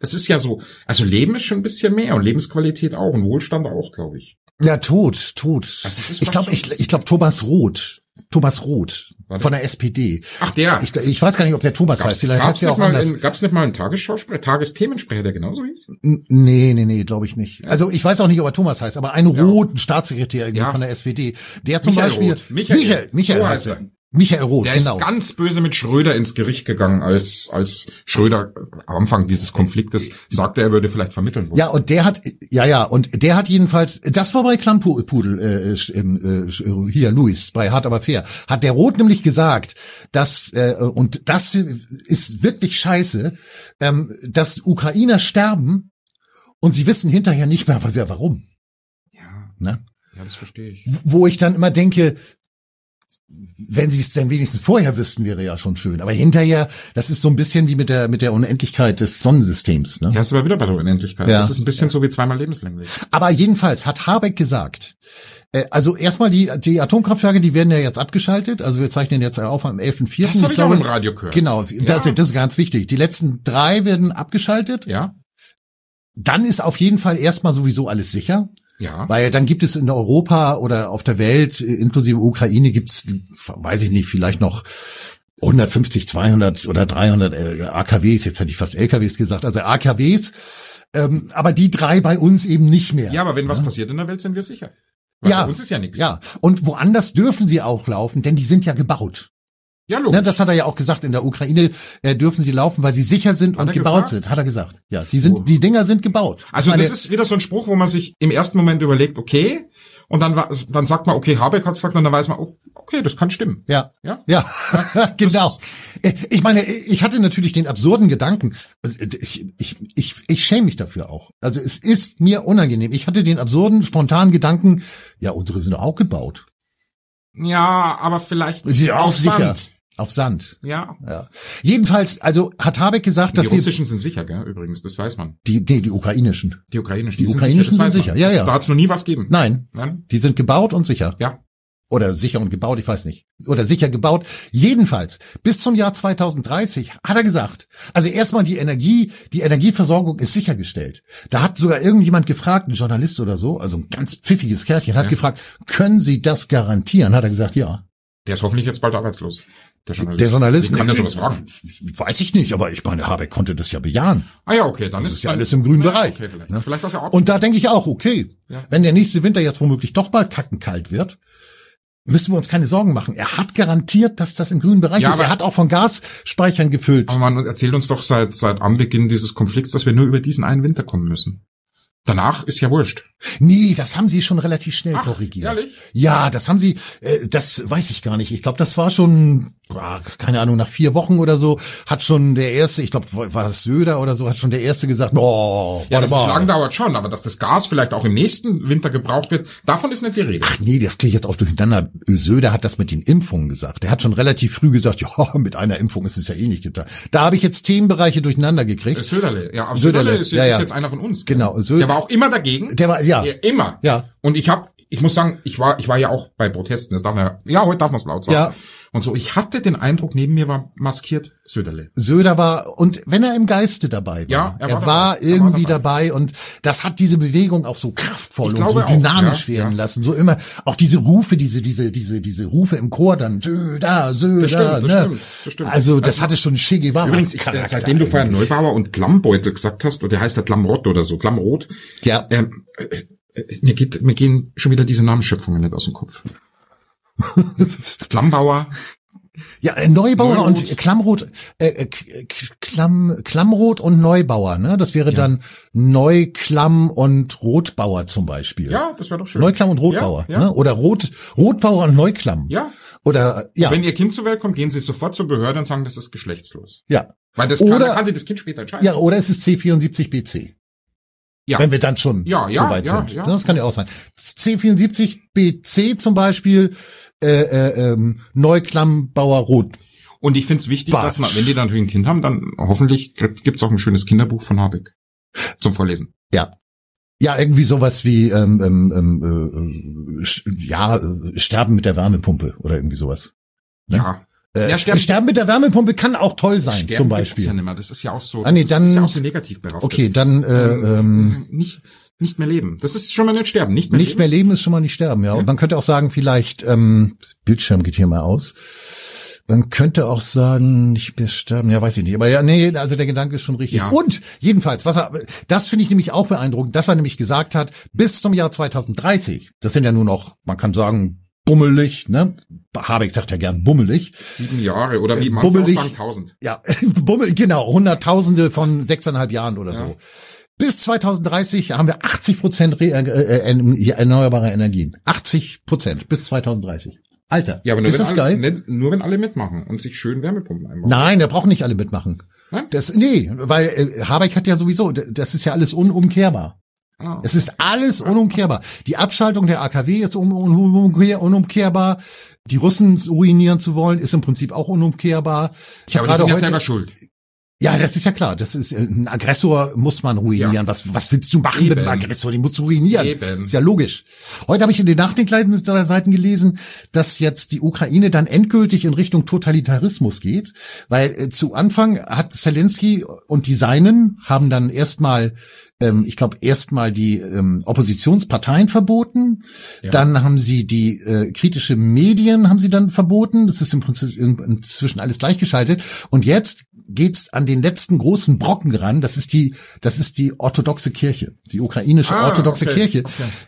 Es ist ja so, also Leben ist schon ein bisschen mehr und Lebensqualität auch und Wohlstand auch, glaube ich.
ja, tot, tot.
Also es ist
ich
fast
glaube,
schon-
ich, ich glaube Thomas Roth, Thomas Roth
War das-
von der SPD.
Ach der,
Ich, ich weiß gar nicht, ob der Thomas heißt. Vielleicht heißt er
nicht
auch
mal
anders.
einen- Ah. gab's nicht mal einen Tagesschausprecher, Tagesthemensprecher, der genauso hieß?
N- Nee, nee, nee, glaube ich nicht. Also ich weiß auch nicht, ob er Thomas heißt, aber einen roten Staatssekretär irgendwie
Ja.
von der SPD, der zum
Michael
Beispiel
Roth. Michael.
Michael, Michael,
So
heißt
heißt
er. Michael Roth,
Der
genau.
ist ganz böse mit Schröder ins Gericht gegangen, als, als Schröder am Anfang dieses Konfliktes sagte, er würde vielleicht vermitteln wollen.
Ja, und der hat, ja, ja, und der hat jedenfalls, das war bei Klampudel, äh, äh, ähm, äh, hier, Luis, bei Hart aber fair, hat der Roth nämlich gesagt, dass, äh, und das ist wirklich scheiße, ähm, dass Ukrainer sterben und sie wissen hinterher nicht mehr, wer- warum.
Ja,
Ne?
ja das verstehe ich.
Wo ich dann immer denke, wenn sie es denn wenigstens vorher wüssten, wäre ja schon schön. Aber hinterher, das ist so ein bisschen wie mit der, mit der Unendlichkeit des Sonnensystems. Ne?
Ja, ist aber wieder bei der Unendlichkeit.
Ja.
Das ist ein bisschen so wie zweimal lebenslänglich.
Aber jedenfalls hat Habeck gesagt, äh, also erstmal die, die Atomkraftwerke, die werden ja jetzt abgeschaltet. Also wir zeichnen jetzt auf am 11.04.
Das habe ich auch
glaube-
im Radio gehört.
Genau, das,
Ja.
das ist ganz wichtig. Die letzten drei werden abgeschaltet.
Ja,
Dann ist auf jeden Fall erstmal sowieso alles sicher.
ja.
Weil dann gibt es in Europa oder auf der Welt, äh, inklusive Ukraine, gibt es, weiß ich nicht, vielleicht noch 150, 200 oder 300 äh, AKWs. Jetzt hätte ich fast LKWs gesagt, also AKWs. Ähm, aber die drei bei uns eben nicht mehr.
Ja, aber wenn was passiert in der Welt, sind wir sicher. Weil
Ja.
Bei uns ist ja nichts.
Ja, und woanders dürfen sie auch laufen, denn die sind ja gebaut.
ja
Ne,
logisch.
das hat er ja auch gesagt, in der Ukraine äh, dürfen sie laufen, weil sie sicher sind und
er
gebaut
gesagt?
sind, hat er gesagt. Ja, die sind
Oh.
die Dinger sind gebaut.
Also
Ich meine,
das ist wieder so ein Spruch, wo man sich im ersten Moment überlegt, okay, und dann, wa- dann sagt man, okay, Habeck hat's gesagt, und dann weiß man, oh, okay, das kann stimmen.
ja.
Ja?
Ja, genau. Äh, Ich meine, ich hatte natürlich den absurden Gedanken, äh, ich, ich, ich, ich schäme mich dafür auch. Also es ist mir unangenehm. Ich hatte den absurden, spontanen Gedanken, ja, unsere sind doch auch gebaut.
Ja, aber vielleicht
Die sind auch
auf
sicher.
Sand.
Auf Sand.
Ja.
Ja. Jedenfalls, also hat Habeck gesagt, dass
die
wir
russischen sind sicher, gell, übrigens, das weiß man.
die, die, die ukrainischen.
Die ukrainischen,
Die ukrainischen
das
sind
weiß man.
sicher, ja,
Das-
ja.
Da hat's noch nie was gegeben.
Nein,
Nein?
Die sind gebaut und sicher.
Ja.
Oder sicher und gebaut, ich weiß nicht. Oder sicher gebaut. Jedenfalls, bis zum Jahr 2030 hat er gesagt. Also erstmal die Energie, die Energieversorgung ist sichergestellt. Da hat sogar irgendjemand gefragt, ein Journalist oder so, also ein ganz pfiffiges Kerlchen, hat
Ja.
gefragt, können Sie das garantieren? Hat er gesagt, ja.
Der ist hoffentlich jetzt bald arbeitslos. Der Journalist.
Der Journalist.
Wie kann der sowas fragen?
Weiß ich nicht, aber ich meine, Habeck konnte das ja bejahen.
Ah ja, okay, dann
Das
ist
ist ja
dann-
alles im grünen
Naja,
Bereich.
Okay, vielleicht.
Ne?
vielleicht war's ja auch.
Und da denke ich auch, okay,
Ja.
wenn der nächste Winter jetzt womöglich doch mal kackenkalt wird, müssen wir uns keine Sorgen machen. Er hat garantiert, dass das im grünen Bereich
Ja,
ist. Er
aber-
hat auch von Gasspeichern gefüllt.
aber man erzählt uns doch seit, seit Anbeginn dieses Konflikts, dass wir nur über diesen einen Winter kommen müssen. Danach ist ja wurscht.
Nee, das haben sie schon relativ schnell
Ach,
korrigiert.
ehrlich?
Ja, das haben sie, äh, das weiß ich gar nicht. Ich glaube, das war schon, ah, keine Ahnung, nach vier Wochen oder so, hat schon der Erste, ich glaube, war das Söder oder so, hat schon der Erste gesagt, oh,
Ja,
warte
dass es lang
mal.
dauert schon, aber dass das Gas vielleicht auch im nächsten Winter gebraucht wird, davon ist nicht die Rede.
Nee, das kriege ich jetzt auch durcheinander. Söder hat das mit den Impfungen gesagt. Der hat schon relativ früh gesagt, ja, mit einer Impfung ist es ja eh nicht getan. Da habe ich jetzt Themenbereiche durcheinander
Äh,
gekriegt.
Söderle, ja, aber
Söderle,
Söderle, ist,
ja, ja.
ist jetzt einer von uns.
Genau, Sö-
Söderle. Der war auch immer dagegen.
Der war, ja,
Ja, immer.
Ja.
Und ich habe ich muss sagen, ich war, ich war ja auch bei Protesten. Das darf man ja, ja, heute darf man es laut sagen.
Ja.
Und so, ich hatte den Eindruck, neben mir war maskiert Söderle.
Söder war, und wenn er im Geiste dabei war,
Ja,
er
er
war,
war dabei. Er war
irgendwie
dabei.
dabei. und das hat diese Bewegung auch so kraftvoll
Ich
und so
glaube auch,
dynamisch
ja,
werden
ja.
lassen. So immer, auch diese Rufe, diese, diese, diese, diese Rufe im Chor dann, Söder, Söder,
stimmt, das
ne?
stimmt, das stimmt.
Also, das
Also-
hatte schon Che Guevara.
Übrigens, ich, äh, seitdem du vorher Neubauer und Glammbeutel gesagt hast, oder der heißt ja Glammrott oder so, Glammrot,
Ja.
ähm, äh, äh, mir, geht, mir gehen schon wieder diese Namensschöpfungen nicht aus dem Kopf. Glammbauer,
Ja, äh, Neubauer
Neurot.
und Klammroth, äh, äh, K- K- Klamm, Klammroth und Neubauer, ne? Das wäre dann Neuklamm und Rotbauer zum Beispiel.
ja, das wäre doch schön.
Neuklamm und Rotbauer,
Ja, ja.
ne? Oder Rot, Rotbauer und Neuklamm.
Ja.
Oder, ja.
Wenn ihr Kind zur Welt kommt, gehen sie sofort zur Behörde und sagen, das ist geschlechtslos.
ja.
Weil das
Oder-
kann, dann kann sie das Kind später entscheiden.
Ja, oder es ist C74BC.
Ja.
Wenn wir dann schon
Ja,
so
ja,
weit
ja,
sind.
ja.
Das kann ja auch sein. C74BC zum Beispiel, äh, äh, ähm, Neuklammbauer Rot.
Und ich finde es wichtig,
Batsch.
dass man, wenn die dann natürlich ein Kind haben, dann hoffentlich gibt's auch ein schönes Kinderbuch von Habeck zum Vorlesen.
Ja. Ja, irgendwie sowas wie, ähm, ähm, ähm, äh, äh, sch- ja, äh, Sterben mit der Wärmepumpe oder irgendwie sowas.
Ja.
Äh,
Ja,
sterben,
Sterben-
mit der Wärmepumpe kann auch toll sein,
Sterben
zum
gibt's
Beispiel.
Ja nicht mehr. Das ist ja auch so,
Ah, nee,
das
dann-
ist ja auch so negativ behaftet. Also,
okay, dann äh,
mhm.
ähm,
Nicht, nicht mehr leben. Das ist schon mal nicht sterben. Nicht mehr
nicht
leben.
mehr leben ist schon mal nicht sterben, ja. Und man könnte auch sagen, vielleicht, ähm, das Bildschirm geht hier mal aus. Man könnte auch sagen, nicht mehr sterben, ja, weiß ich nicht. Aber ja, nee, also der Gedanke ist schon richtig.
Ja.
Und jedenfalls, was er, das finde ich nämlich auch beeindruckend, dass er nämlich gesagt hat, bis zum Jahr 2030, das sind ja nur noch, man kann sagen, bummelig, ne? Habeck sagt ja gern bummelig.
Sieben Jahre oder
Äh,
wie manche auch
bummelig.
sagen, tausend.
Ja, Bummel, genau, Hunderttausende von sechseinhalb Jahren oder so. Bis 2030 haben wir 80 Prozent äh, äh, äh, erneuerbare Energien. 80 Prozent bis 2030. Alter,
Ja, aber nur,
ist
wenn
das
alle,
geil?
Nicht, nur wenn alle mitmachen und sich schön Wärmepumpen einbauen.
Nein, da brauchen nicht alle mitmachen.
Nein?
Das, nee, weil äh, Habeck hat ja sowieso, d- das ist ja alles unumkehrbar.
Ah.
Es ist alles unumkehrbar. Die Abschaltung der AKW ist un un unumkehr- unumkehrbar. Die Russen ruinieren zu wollen, ist im Prinzip auch unumkehrbar. Ich
Ja,
hab
aber die sind
gerade
ja
heute-
selber schuld.
Ja, das ist ja klar. Das ist äh, ein Aggressor muss man ruinieren.
Ja.
Was was willst du machen mit
Eben.
einem Aggressor? Den musst du ruinieren.
Eben.
Ist ja logisch. Heute habe ich in den Nachdenkseiten gelesen, dass jetzt die Ukraine dann endgültig in Richtung Totalitarismus geht, weil äh, zu Anfang hat Zelensky und die Seinen haben dann erstmal ähm, ich glaube, erstmal die ähm, Oppositionsparteien verboten, dann haben sie die äh, kritische Medien haben sie dann verboten. Das ist im Prinzip in, inzwischen alles gleichgeschaltet. Und jetzt geht's an den letzten großen Brocken ran. Das ist die, das ist die orthodoxe Kirche, die ukrainische
Ah,
orthodoxe
okay,
Kirche,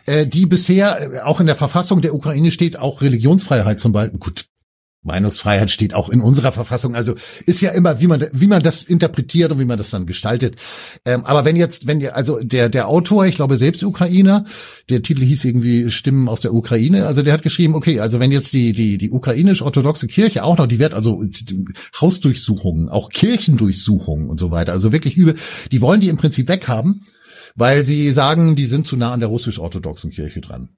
Äh, die bisher äh, auch in der Verfassung der Ukraine steht, auch Religionsfreiheit zum Beispiel. Gut, Meinungsfreiheit steht auch in unserer Verfassung. Also ist ja immer, wie man, wie man das interpretiert und wie man das dann gestaltet. Ähm, aber wenn jetzt, wenn ihr, also der, der Autor, ich glaube selbst Ukrainer, der Titel hieß irgendwie Stimmen aus der Ukraine, also der hat geschrieben, okay, also wenn jetzt die, die, die ukrainisch-orthodoxe Kirche auch noch, die wird also die- Hausdurchsuchungen, auch Kirchendurchsuchungen und so weiter, also wirklich übel, die wollen die im Prinzip weghaben, weil sie sagen, die sind zu nah an der russisch-orthodoxen Kirche dran.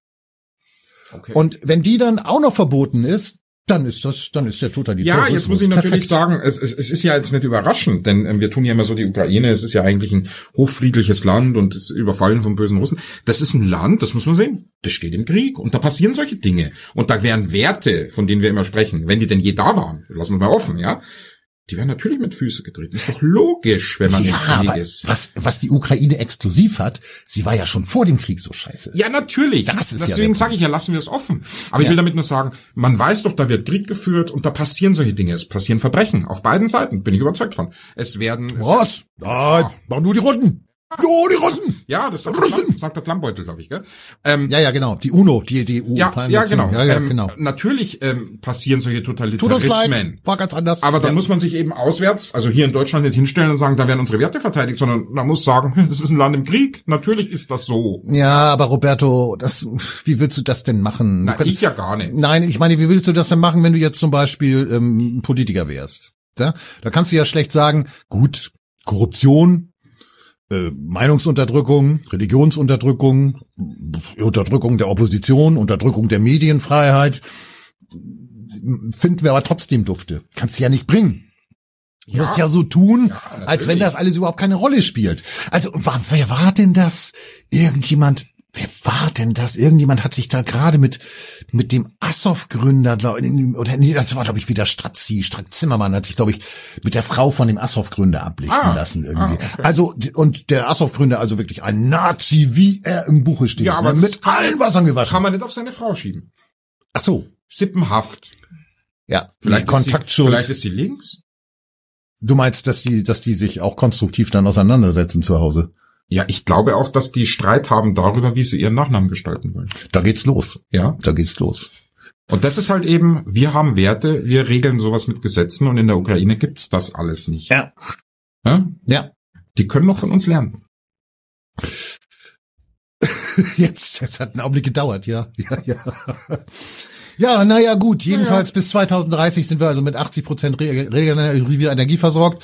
Okay.
Und wenn die dann auch noch verboten ist, dann ist das, dann ist der
Ja,
Totalitarismus.
jetzt muss ich natürlich
perfekt.
sagen, es, es, es ist ja jetzt nicht überraschend, denn ähm, wir tun ja immer so die Ukraine, es ist ja eigentlich ein hochfriedliches Land und es überfallen von bösen Russen. Das ist ein Land, das muss man sehen, das steht im Krieg und da passieren solche Dinge. Und da wären Werte, von denen wir immer sprechen, wenn die denn je da waren, lassen wir mal offen, ja, die wären natürlich mit Füße getreten. Ist doch logisch, wenn man
Ja,
im
aber
Krieg ist.
was, was die Ukraine exklusiv hat, sie war ja schon vor dem Krieg so scheiße.
Ja, natürlich.
Das ist ja
Deswegen
der
sage ich ja, lassen wir es offen. Aber ich
Ja.
will damit nur sagen, man weiß doch, da wird Krieg geführt und da passieren solche Dinge. Es passieren Verbrechen auf beiden Seiten, bin ich überzeugt von. Es werden. Es
Was? Nein, mach nur die Russen. Nur die Russen.
Ja, das sagt,
Russen!
Der, Klamm- sagt der Klammbeutel, glaube ich, gell? Ähm,
Ja, ja, genau. Die UNO, die, die EU.
ja, ja, genau.
Ja, ja,
ähm,
genau.
Natürlich ähm, passieren solche
Tut uns leid,
Totalitarismen.
war ganz anders.
Aber dann
ja.
muss man sich eben auswärts, also hier in Deutschland nicht hinstellen und sagen, da werden unsere Werte verteidigt, sondern man muss sagen, das ist ein Land im Krieg. Natürlich ist das so.
Ja, aber Roberto, das, wie willst du das denn machen?
Na,
Du kannst-
ich ja gar nicht.
Nein, ich meine, wie willst du das denn machen, wenn du jetzt zum Beispiel ähm, Politiker wärst? Da, da kannst du ja schlecht sagen, gut, Korruption, äh, Meinungsunterdrückung, Religionsunterdrückung, äh, Unterdrückung der Opposition, Unterdrückung der Medienfreiheit, finden wir aber trotzdem Dufte. Kannst du ja nicht bringen. Ja. Muss ja so tun,
Ja,
als wenn
natürlich.
das alles überhaupt keine Rolle spielt. Also, wa- wer war denn das? Irgendjemand, wer war denn das? Irgendjemand hat sich da gerade mit, mit dem Assoff-Gründer, glaub- oder nee, das war, glaube ich, wieder Strazzi. Strack Zimmermann hat sich, glaube ich, mit der Frau von dem Assoff-Gründer ablichten
Ah,
lassen irgendwie.
ah, okay.
Also, die- und der Assoff-Gründer, also wirklich ein Nazi, wie er im Buche steht.
Ja, aber
ne?
das
mit allen Wassern
Kann
gewaschen.
man nicht auf seine Frau schieben.
Ach so.
Sippenhaft.
Ja,
Vielleicht
vielleicht
ist sie,
Kontaktschuld.
vielleicht ist sie links.
du meinst, dass die, dass die sich auch konstruktiv dann auseinandersetzen zu Hause.
Ja, ich glaube auch, dass die Streit haben darüber, wie sie ihren Nachnamen gestalten wollen.
Da geht's los.
Ja.
Da geht's los.
Und das ist halt eben, wir haben Werte, wir regeln sowas mit Gesetzen und in der Ukraine gibt's das alles nicht.
Ja.
Ja?
Ja.
Die können noch von uns lernen.
Jetzt, jetzt hat ein Augenblick gedauert, ja. Ja, ja. Ja, naja, gut. Jedenfalls bis 2030 sind wir also mit 80 Prozent regenerativer Energie versorgt.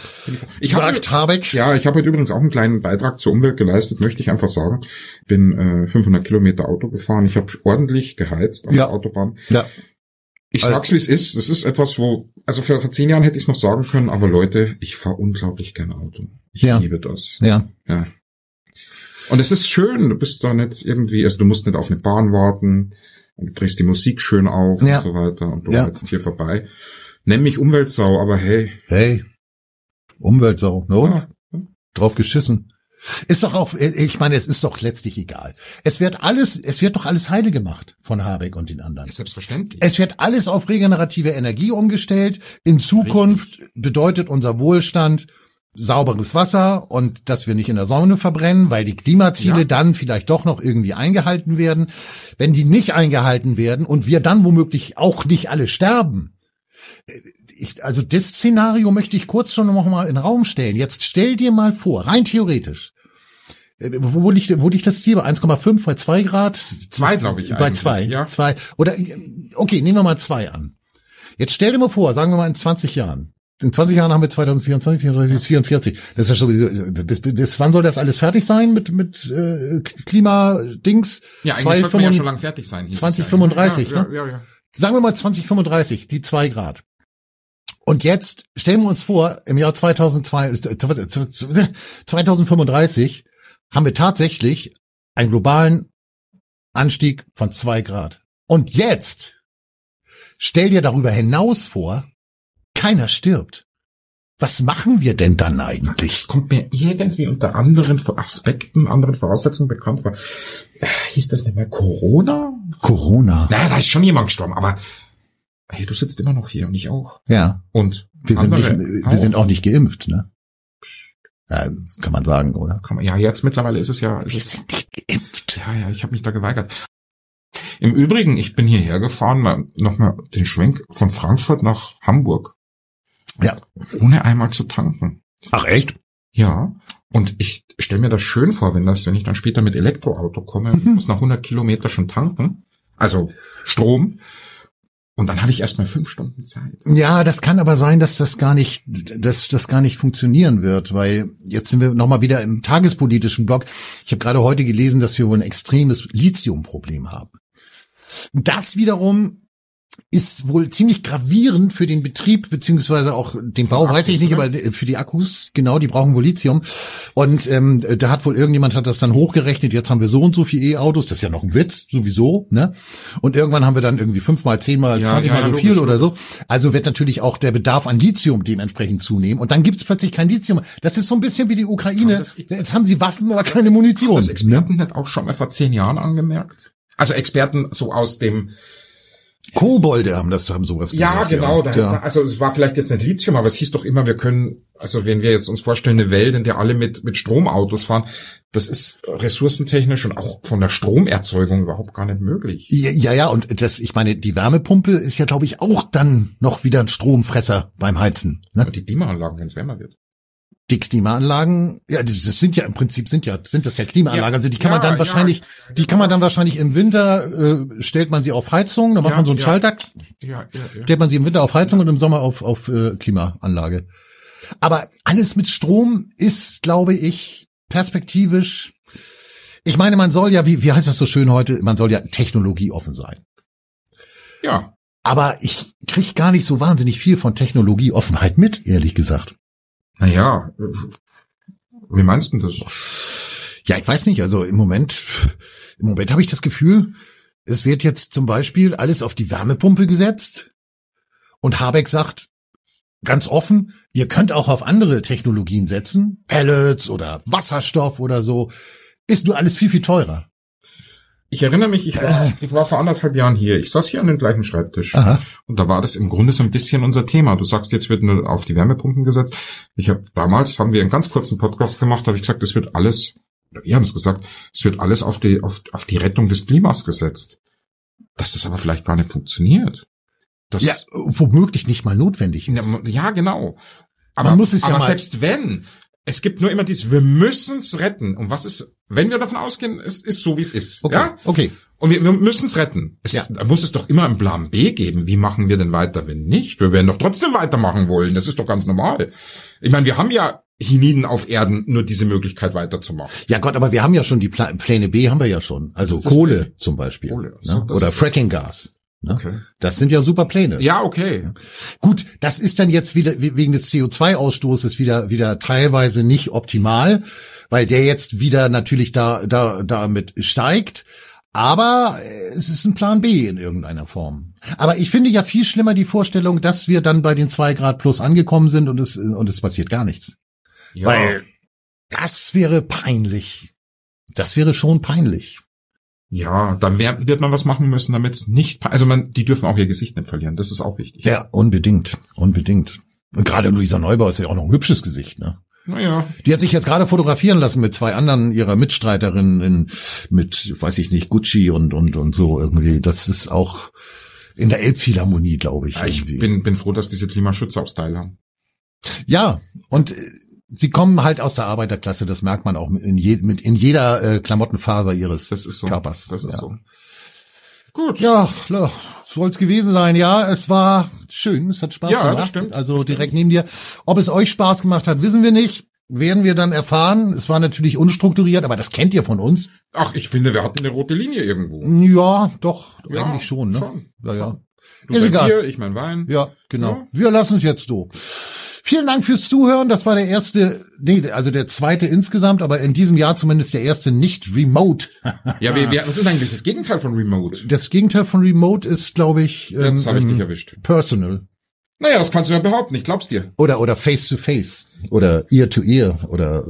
Ich hab-
sagt Habeck.
Ja, ich habe heute übrigens auch einen kleinen Beitrag zur Umwelt geleistet, möchte ich einfach sagen. Bin äh, 500 Kilometer Auto gefahren, ich habe ordentlich geheizt auf
Ja.
der Autobahn.
Ja.
Ich
Also-
sag's, wie es ist. Das ist etwas, wo, also vor, vor zehn Jahren hätte ich noch sagen können, aber Leute, ich fahre unglaublich gerne Auto. Ich
Ja.
liebe das.
ja.
Ja. Und es ist schön, du bist da nicht irgendwie, also du musst nicht auf eine Bahn warten und du drehst die Musik schön auf
Ja.
und so weiter und du
Ja.
hältst hier vorbei. Nenn mich Umweltsau, aber hey,
Hey. Umweltsau. No?
ja,
drauf geschissen. Ist doch auch, äh, ich meine, es ist doch letztlich egal. Es wird alles, es wird doch alles heile gemacht von Habeck und den anderen.
ist selbstverständlich.
Es wird alles auf regenerative Energie umgestellt. In Zukunft bedeutet unser Wohlstand sauberes Wasser und dass wir nicht in der Sonne verbrennen, weil die Klimaziele
Ja.
dann vielleicht doch noch irgendwie eingehalten werden. Wenn die nicht eingehalten werden und wir dann womöglich auch nicht alle sterben. äh, Ich, also das Szenario möchte ich kurz schon noch mal in den Raum stellen. Jetzt stell dir mal vor, rein theoretisch, äh, wo, wo, liegt, wo liegt das Ziel? Bei 1,5, bei 2 Grad?
Zwei, glaube ich.
Bei
eigentlich,
zwei,
Ja.
zwei. Oder äh, okay, nehmen wir mal zwei an. Jetzt stell dir mal vor, sagen wir mal in 20 Jahren. In 20 Jahren haben wir 2024, 2024, 44. Das ist ja sowieso, äh, bis, bis, bis wann soll das alles fertig sein mit mit äh, Klimadings?
ja, eigentlich
Zwei,
sollten wir ja
fünfund-
schon lang fertig sein. hieß es
2035,
ja,
ne?
ja, ja, ja.
sagen wir mal 2035, die zwei Grad. Und jetzt stellen wir uns vor, im Jahr 2002, äh, 2035 haben wir tatsächlich einen globalen Anstieg von zwei Grad. Und jetzt stell dir darüber hinaus vor, keiner stirbt. Was machen wir denn dann eigentlich?
Das kommt mir irgendwie unter anderen Aspekten, anderen Voraussetzungen bekannt vor. Äh, Hieß das nicht mehr Corona?
Corona.
Naja, da ist schon jemand gestorben, aber hey, du sitzt immer noch hier und ich auch.
Ja.
Und
Wir sind, nicht,
andere
wir sind auch nicht geimpft, ne? Ja, das kann man sagen, oder?
Kann man- Ja, jetzt mittlerweile ist es ja. Ist es,
sind nicht geimpft.
ja, ja, ich habe mich da geweigert. Im Übrigen, ich bin hierher gefahren, mal nochmal den Schwenk von Frankfurt nach Hamburg,
Ja.
ohne einmal zu tanken.
Ach echt?
Ja. Und ich stelle mir das schön vor, wenn das, wenn ich dann später mit Elektroauto komme,
Mhm.
und muss nach 100 Kilometer schon tanken, also Strom, und dann habe ich erstmal fünf Stunden Zeit.
Ja, das kann aber sein, dass das gar nicht, dass das gar nicht funktionieren wird, weil jetzt sind wir nochmal wieder im tagespolitischen Block. Ich habe gerade heute gelesen, dass wir wohl ein extremes Lithiumproblem haben. Und Das wiederum ist wohl ziemlich gravierend für den Betrieb, beziehungsweise auch den Bau, weiß ich
Akkus, ne?
nicht,
oder?
aber für die Akkus, genau, die brauchen wohl Lithium. Und ähm, da hat wohl irgendjemand hat das dann hochgerechnet, jetzt haben wir so und so viel E-Autos, das ist ja noch ein Witz, sowieso, ne? Und irgendwann haben wir dann irgendwie fünfmal, zehnmal,
Ja,
zwanzigmal
ja,
so
logisch,
viel oder so. Also wird natürlich auch der Bedarf an Lithium dementsprechend zunehmen. Und dann gibt's plötzlich kein Lithium. mehr. Das ist so ein bisschen wie die Ukraine.
das-
Jetzt haben sie Waffen, aber keine Munition. ne?
Das Experten hat auch schon mal vor zehn Jahren angemerkt. Also Experten so aus dem
Kobolde haben das, haben sowas
Ja,
gesagt,
genau. Da
Ja.
hätte man- Also es war vielleicht jetzt nicht Lithium, aber es hieß doch immer, wir können, also wenn wir jetzt uns vorstellen, eine Welt, in der alle mit, mit Stromautos fahren, das ist ressourcentechnisch und auch von der Stromerzeugung überhaupt gar nicht möglich.
Ja, ja, ja, und das, ich meine, die Wärmepumpe ist ja, glaube ich, auch dann noch wieder ein Stromfresser beim Heizen. Ne?
Und die Klimaanlagen, wenn es wärmer wird.
Die Klimaanlagen, ja, das sind ja im Prinzip sind ja sind das ja Klimaanlagen.
Ja,
also die kann man
ja,
dann
ja.
wahrscheinlich, die kann man dann wahrscheinlich im Winter äh, stellt man sie auf Heizung, dann macht
Ja,
man so einen
ja.
Schalter,
Ja, ja, ja.
stellt man sie im Winter auf Heizung und im Sommer auf auf äh, Klimaanlage. Aber alles mit Strom ist, glaube ich, perspektivisch. Ich meine, man soll ja, wie wie heißt das so schön heute, man soll ja technologieoffen sein.
ja.
Aber ich krieg gar nicht so wahnsinnig viel von Technologieoffenheit mit, ehrlich gesagt.
Naja. Wie meinst du denn das?
Ja, ich weiß nicht. Also im Moment im Moment habe ich das Gefühl, es wird jetzt zum Beispiel alles auf die Wärmepumpe gesetzt und Habeck sagt ganz offen, ihr könnt auch auf andere Technologien setzen, Pellets oder Wasserstoff oder so, ist nur alles viel, viel teurer.
Ich erinnere mich, ich war, ich war vor anderthalb Jahren hier. Ich saß hier an dem gleichen Schreibtisch.
Äh. Aha.
Und da war das im Grunde so ein bisschen unser Thema. Du sagst, jetzt wird nur auf die Wärmepumpen gesetzt. Ich habe damals haben wir einen ganz kurzen Podcast gemacht, da habe ich gesagt, es wird alles, oder wir haben es gesagt, es wird alles auf die auf, auf die Rettung des Klimas gesetzt. Dass das aber vielleicht gar nicht funktioniert. Das,
Ja, womöglich nicht mal notwendig ist.
ja, genau. Aber,
Man muss es ja
aber
mal-
selbst wenn, es gibt nur immer dieses, wir müssen es retten. Und was ist, wenn wir davon ausgehen, es ist so, wie es ist.
Okay,
Ja?
okay.
Und wir, wir müssen es retten. Es,
Ja.
Da muss es doch immer einen Plan B geben. Wie machen wir denn weiter, wenn nicht? Wir werden doch trotzdem weitermachen wollen. Das ist doch ganz normal. Ich meine, wir haben ja Hiniden auf Erden nur diese Möglichkeit weiterzumachen.
Ja Gott, aber wir haben ja schon die Pla Pläne B haben wir ja schon. Also
Das ist
Kohle
richtig.
zum Beispiel.
Kohle, so,
ne?
das
Oder
ist-
Frackinggas. Ne?
Okay.
Das sind ja super Pläne.
Ja, okay.
Gut, das ist dann jetzt wieder we- wegen des CO2-Ausstoßes wieder, wieder teilweise nicht optimal, weil der jetzt wieder natürlich da, da, damit steigt. Aber äh, es ist ein Plan B in irgendeiner Form. Aber ich finde ja viel schlimmer die Vorstellung, dass wir dann bei den zwei Grad plus angekommen sind und es, und es passiert gar nichts.
Ja.
Weil das wäre peinlich. Das wäre schon peinlich.
ja, dann wär, wird man was machen müssen, damit es nicht, pa- also man, die dürfen auch ihr Gesicht nicht verlieren. Das ist auch wichtig.
Ja, unbedingt. Unbedingt. Und gerade Luisa Neubauer ist ja auch noch ein hübsches Gesicht, ne?
Naja,
Die hat sich jetzt gerade fotografieren lassen mit zwei anderen ihrer Mitstreiterinnen in, mit, weiß ich nicht, Gucci und, und, und so irgendwie. Das ist auch in der Elbphilharmonie, glaube ich.
Ja, ich
irgendwie.
bin, bin froh, dass diese Klimaschützer auch Style haben.
ja und äh, sie kommen halt aus der Arbeiterklasse. Das merkt man auch in, je, mit, in jeder äh, Klamottenfaser ihres
Das ist so.
Körpers.
Das ist
ja.
so. Gut.
Ja, lo- soll's gewesen sein. Ja, es war schön. Es hat Spaß
Ja, das
gemacht.
stimmt.
Also direkt neben dir. Ob es euch Spaß gemacht hat, wissen wir nicht. Werden wir dann erfahren. Es war natürlich unstrukturiert, aber das kennt ihr von uns.
Ach, ich finde, wir hatten eine rote Linie irgendwo.
Ja, doch,
Ja,
eigentlich schon, ne?
schon.
Ja, ja.
Du
Ist
dein
egal.
Bier, ich mein Wein.
Ja, genau.
Ja.
Wir lassen es jetzt so. Vielen Dank fürs Zuhören. Das war der erste, nee, also der zweite insgesamt, aber in diesem Jahr zumindest der erste nicht remote.
Ja,
Ah.
wir, wir, was ist eigentlich das Gegenteil von Remote?
Das Gegenteil von remote ist, glaube ich, ähm,
Jetzt habe ich
ähm,
dich erwischt.
personal
Naja, das kannst du ja behaupten, ich glaub's dir.
oder oder face to face oder ear to ear oder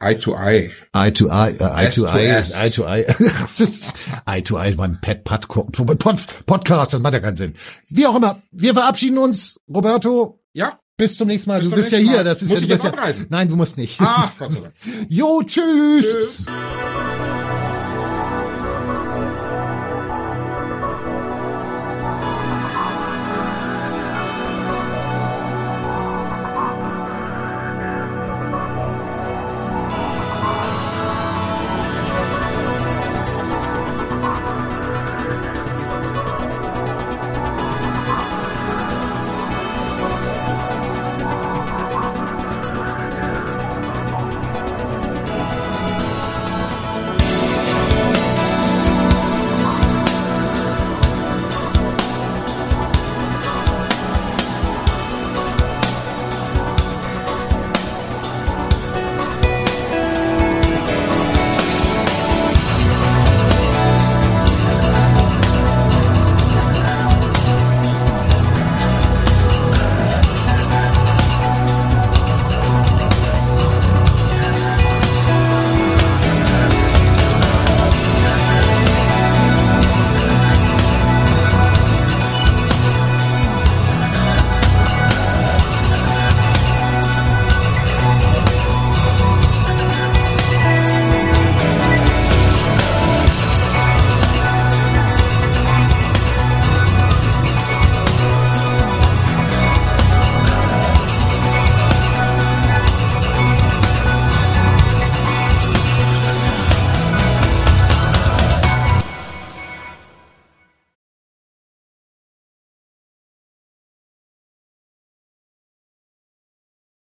äh,
Eye to eye.
Eye to Eye, äh, Eye
S
to
to
Eye,
S.
ist Eye to Eye, Das ist Eye to Eye beim Pet Pod, Pod, Podcast, das macht ja keinen Sinn. Wie auch immer, wir verabschieden uns, Roberto.
Ja?
Bis zum nächsten Mal.
Bis
du
zum
bist ja
nächsten
hier.
Mal.
Das ist
Muss
ja,
ich
du bist
jetzt
ja.
abreisen?
Nein, du musst nicht.
Ah, Gott sei Dank.
Jo, tschüss.
Ah. Tschüss.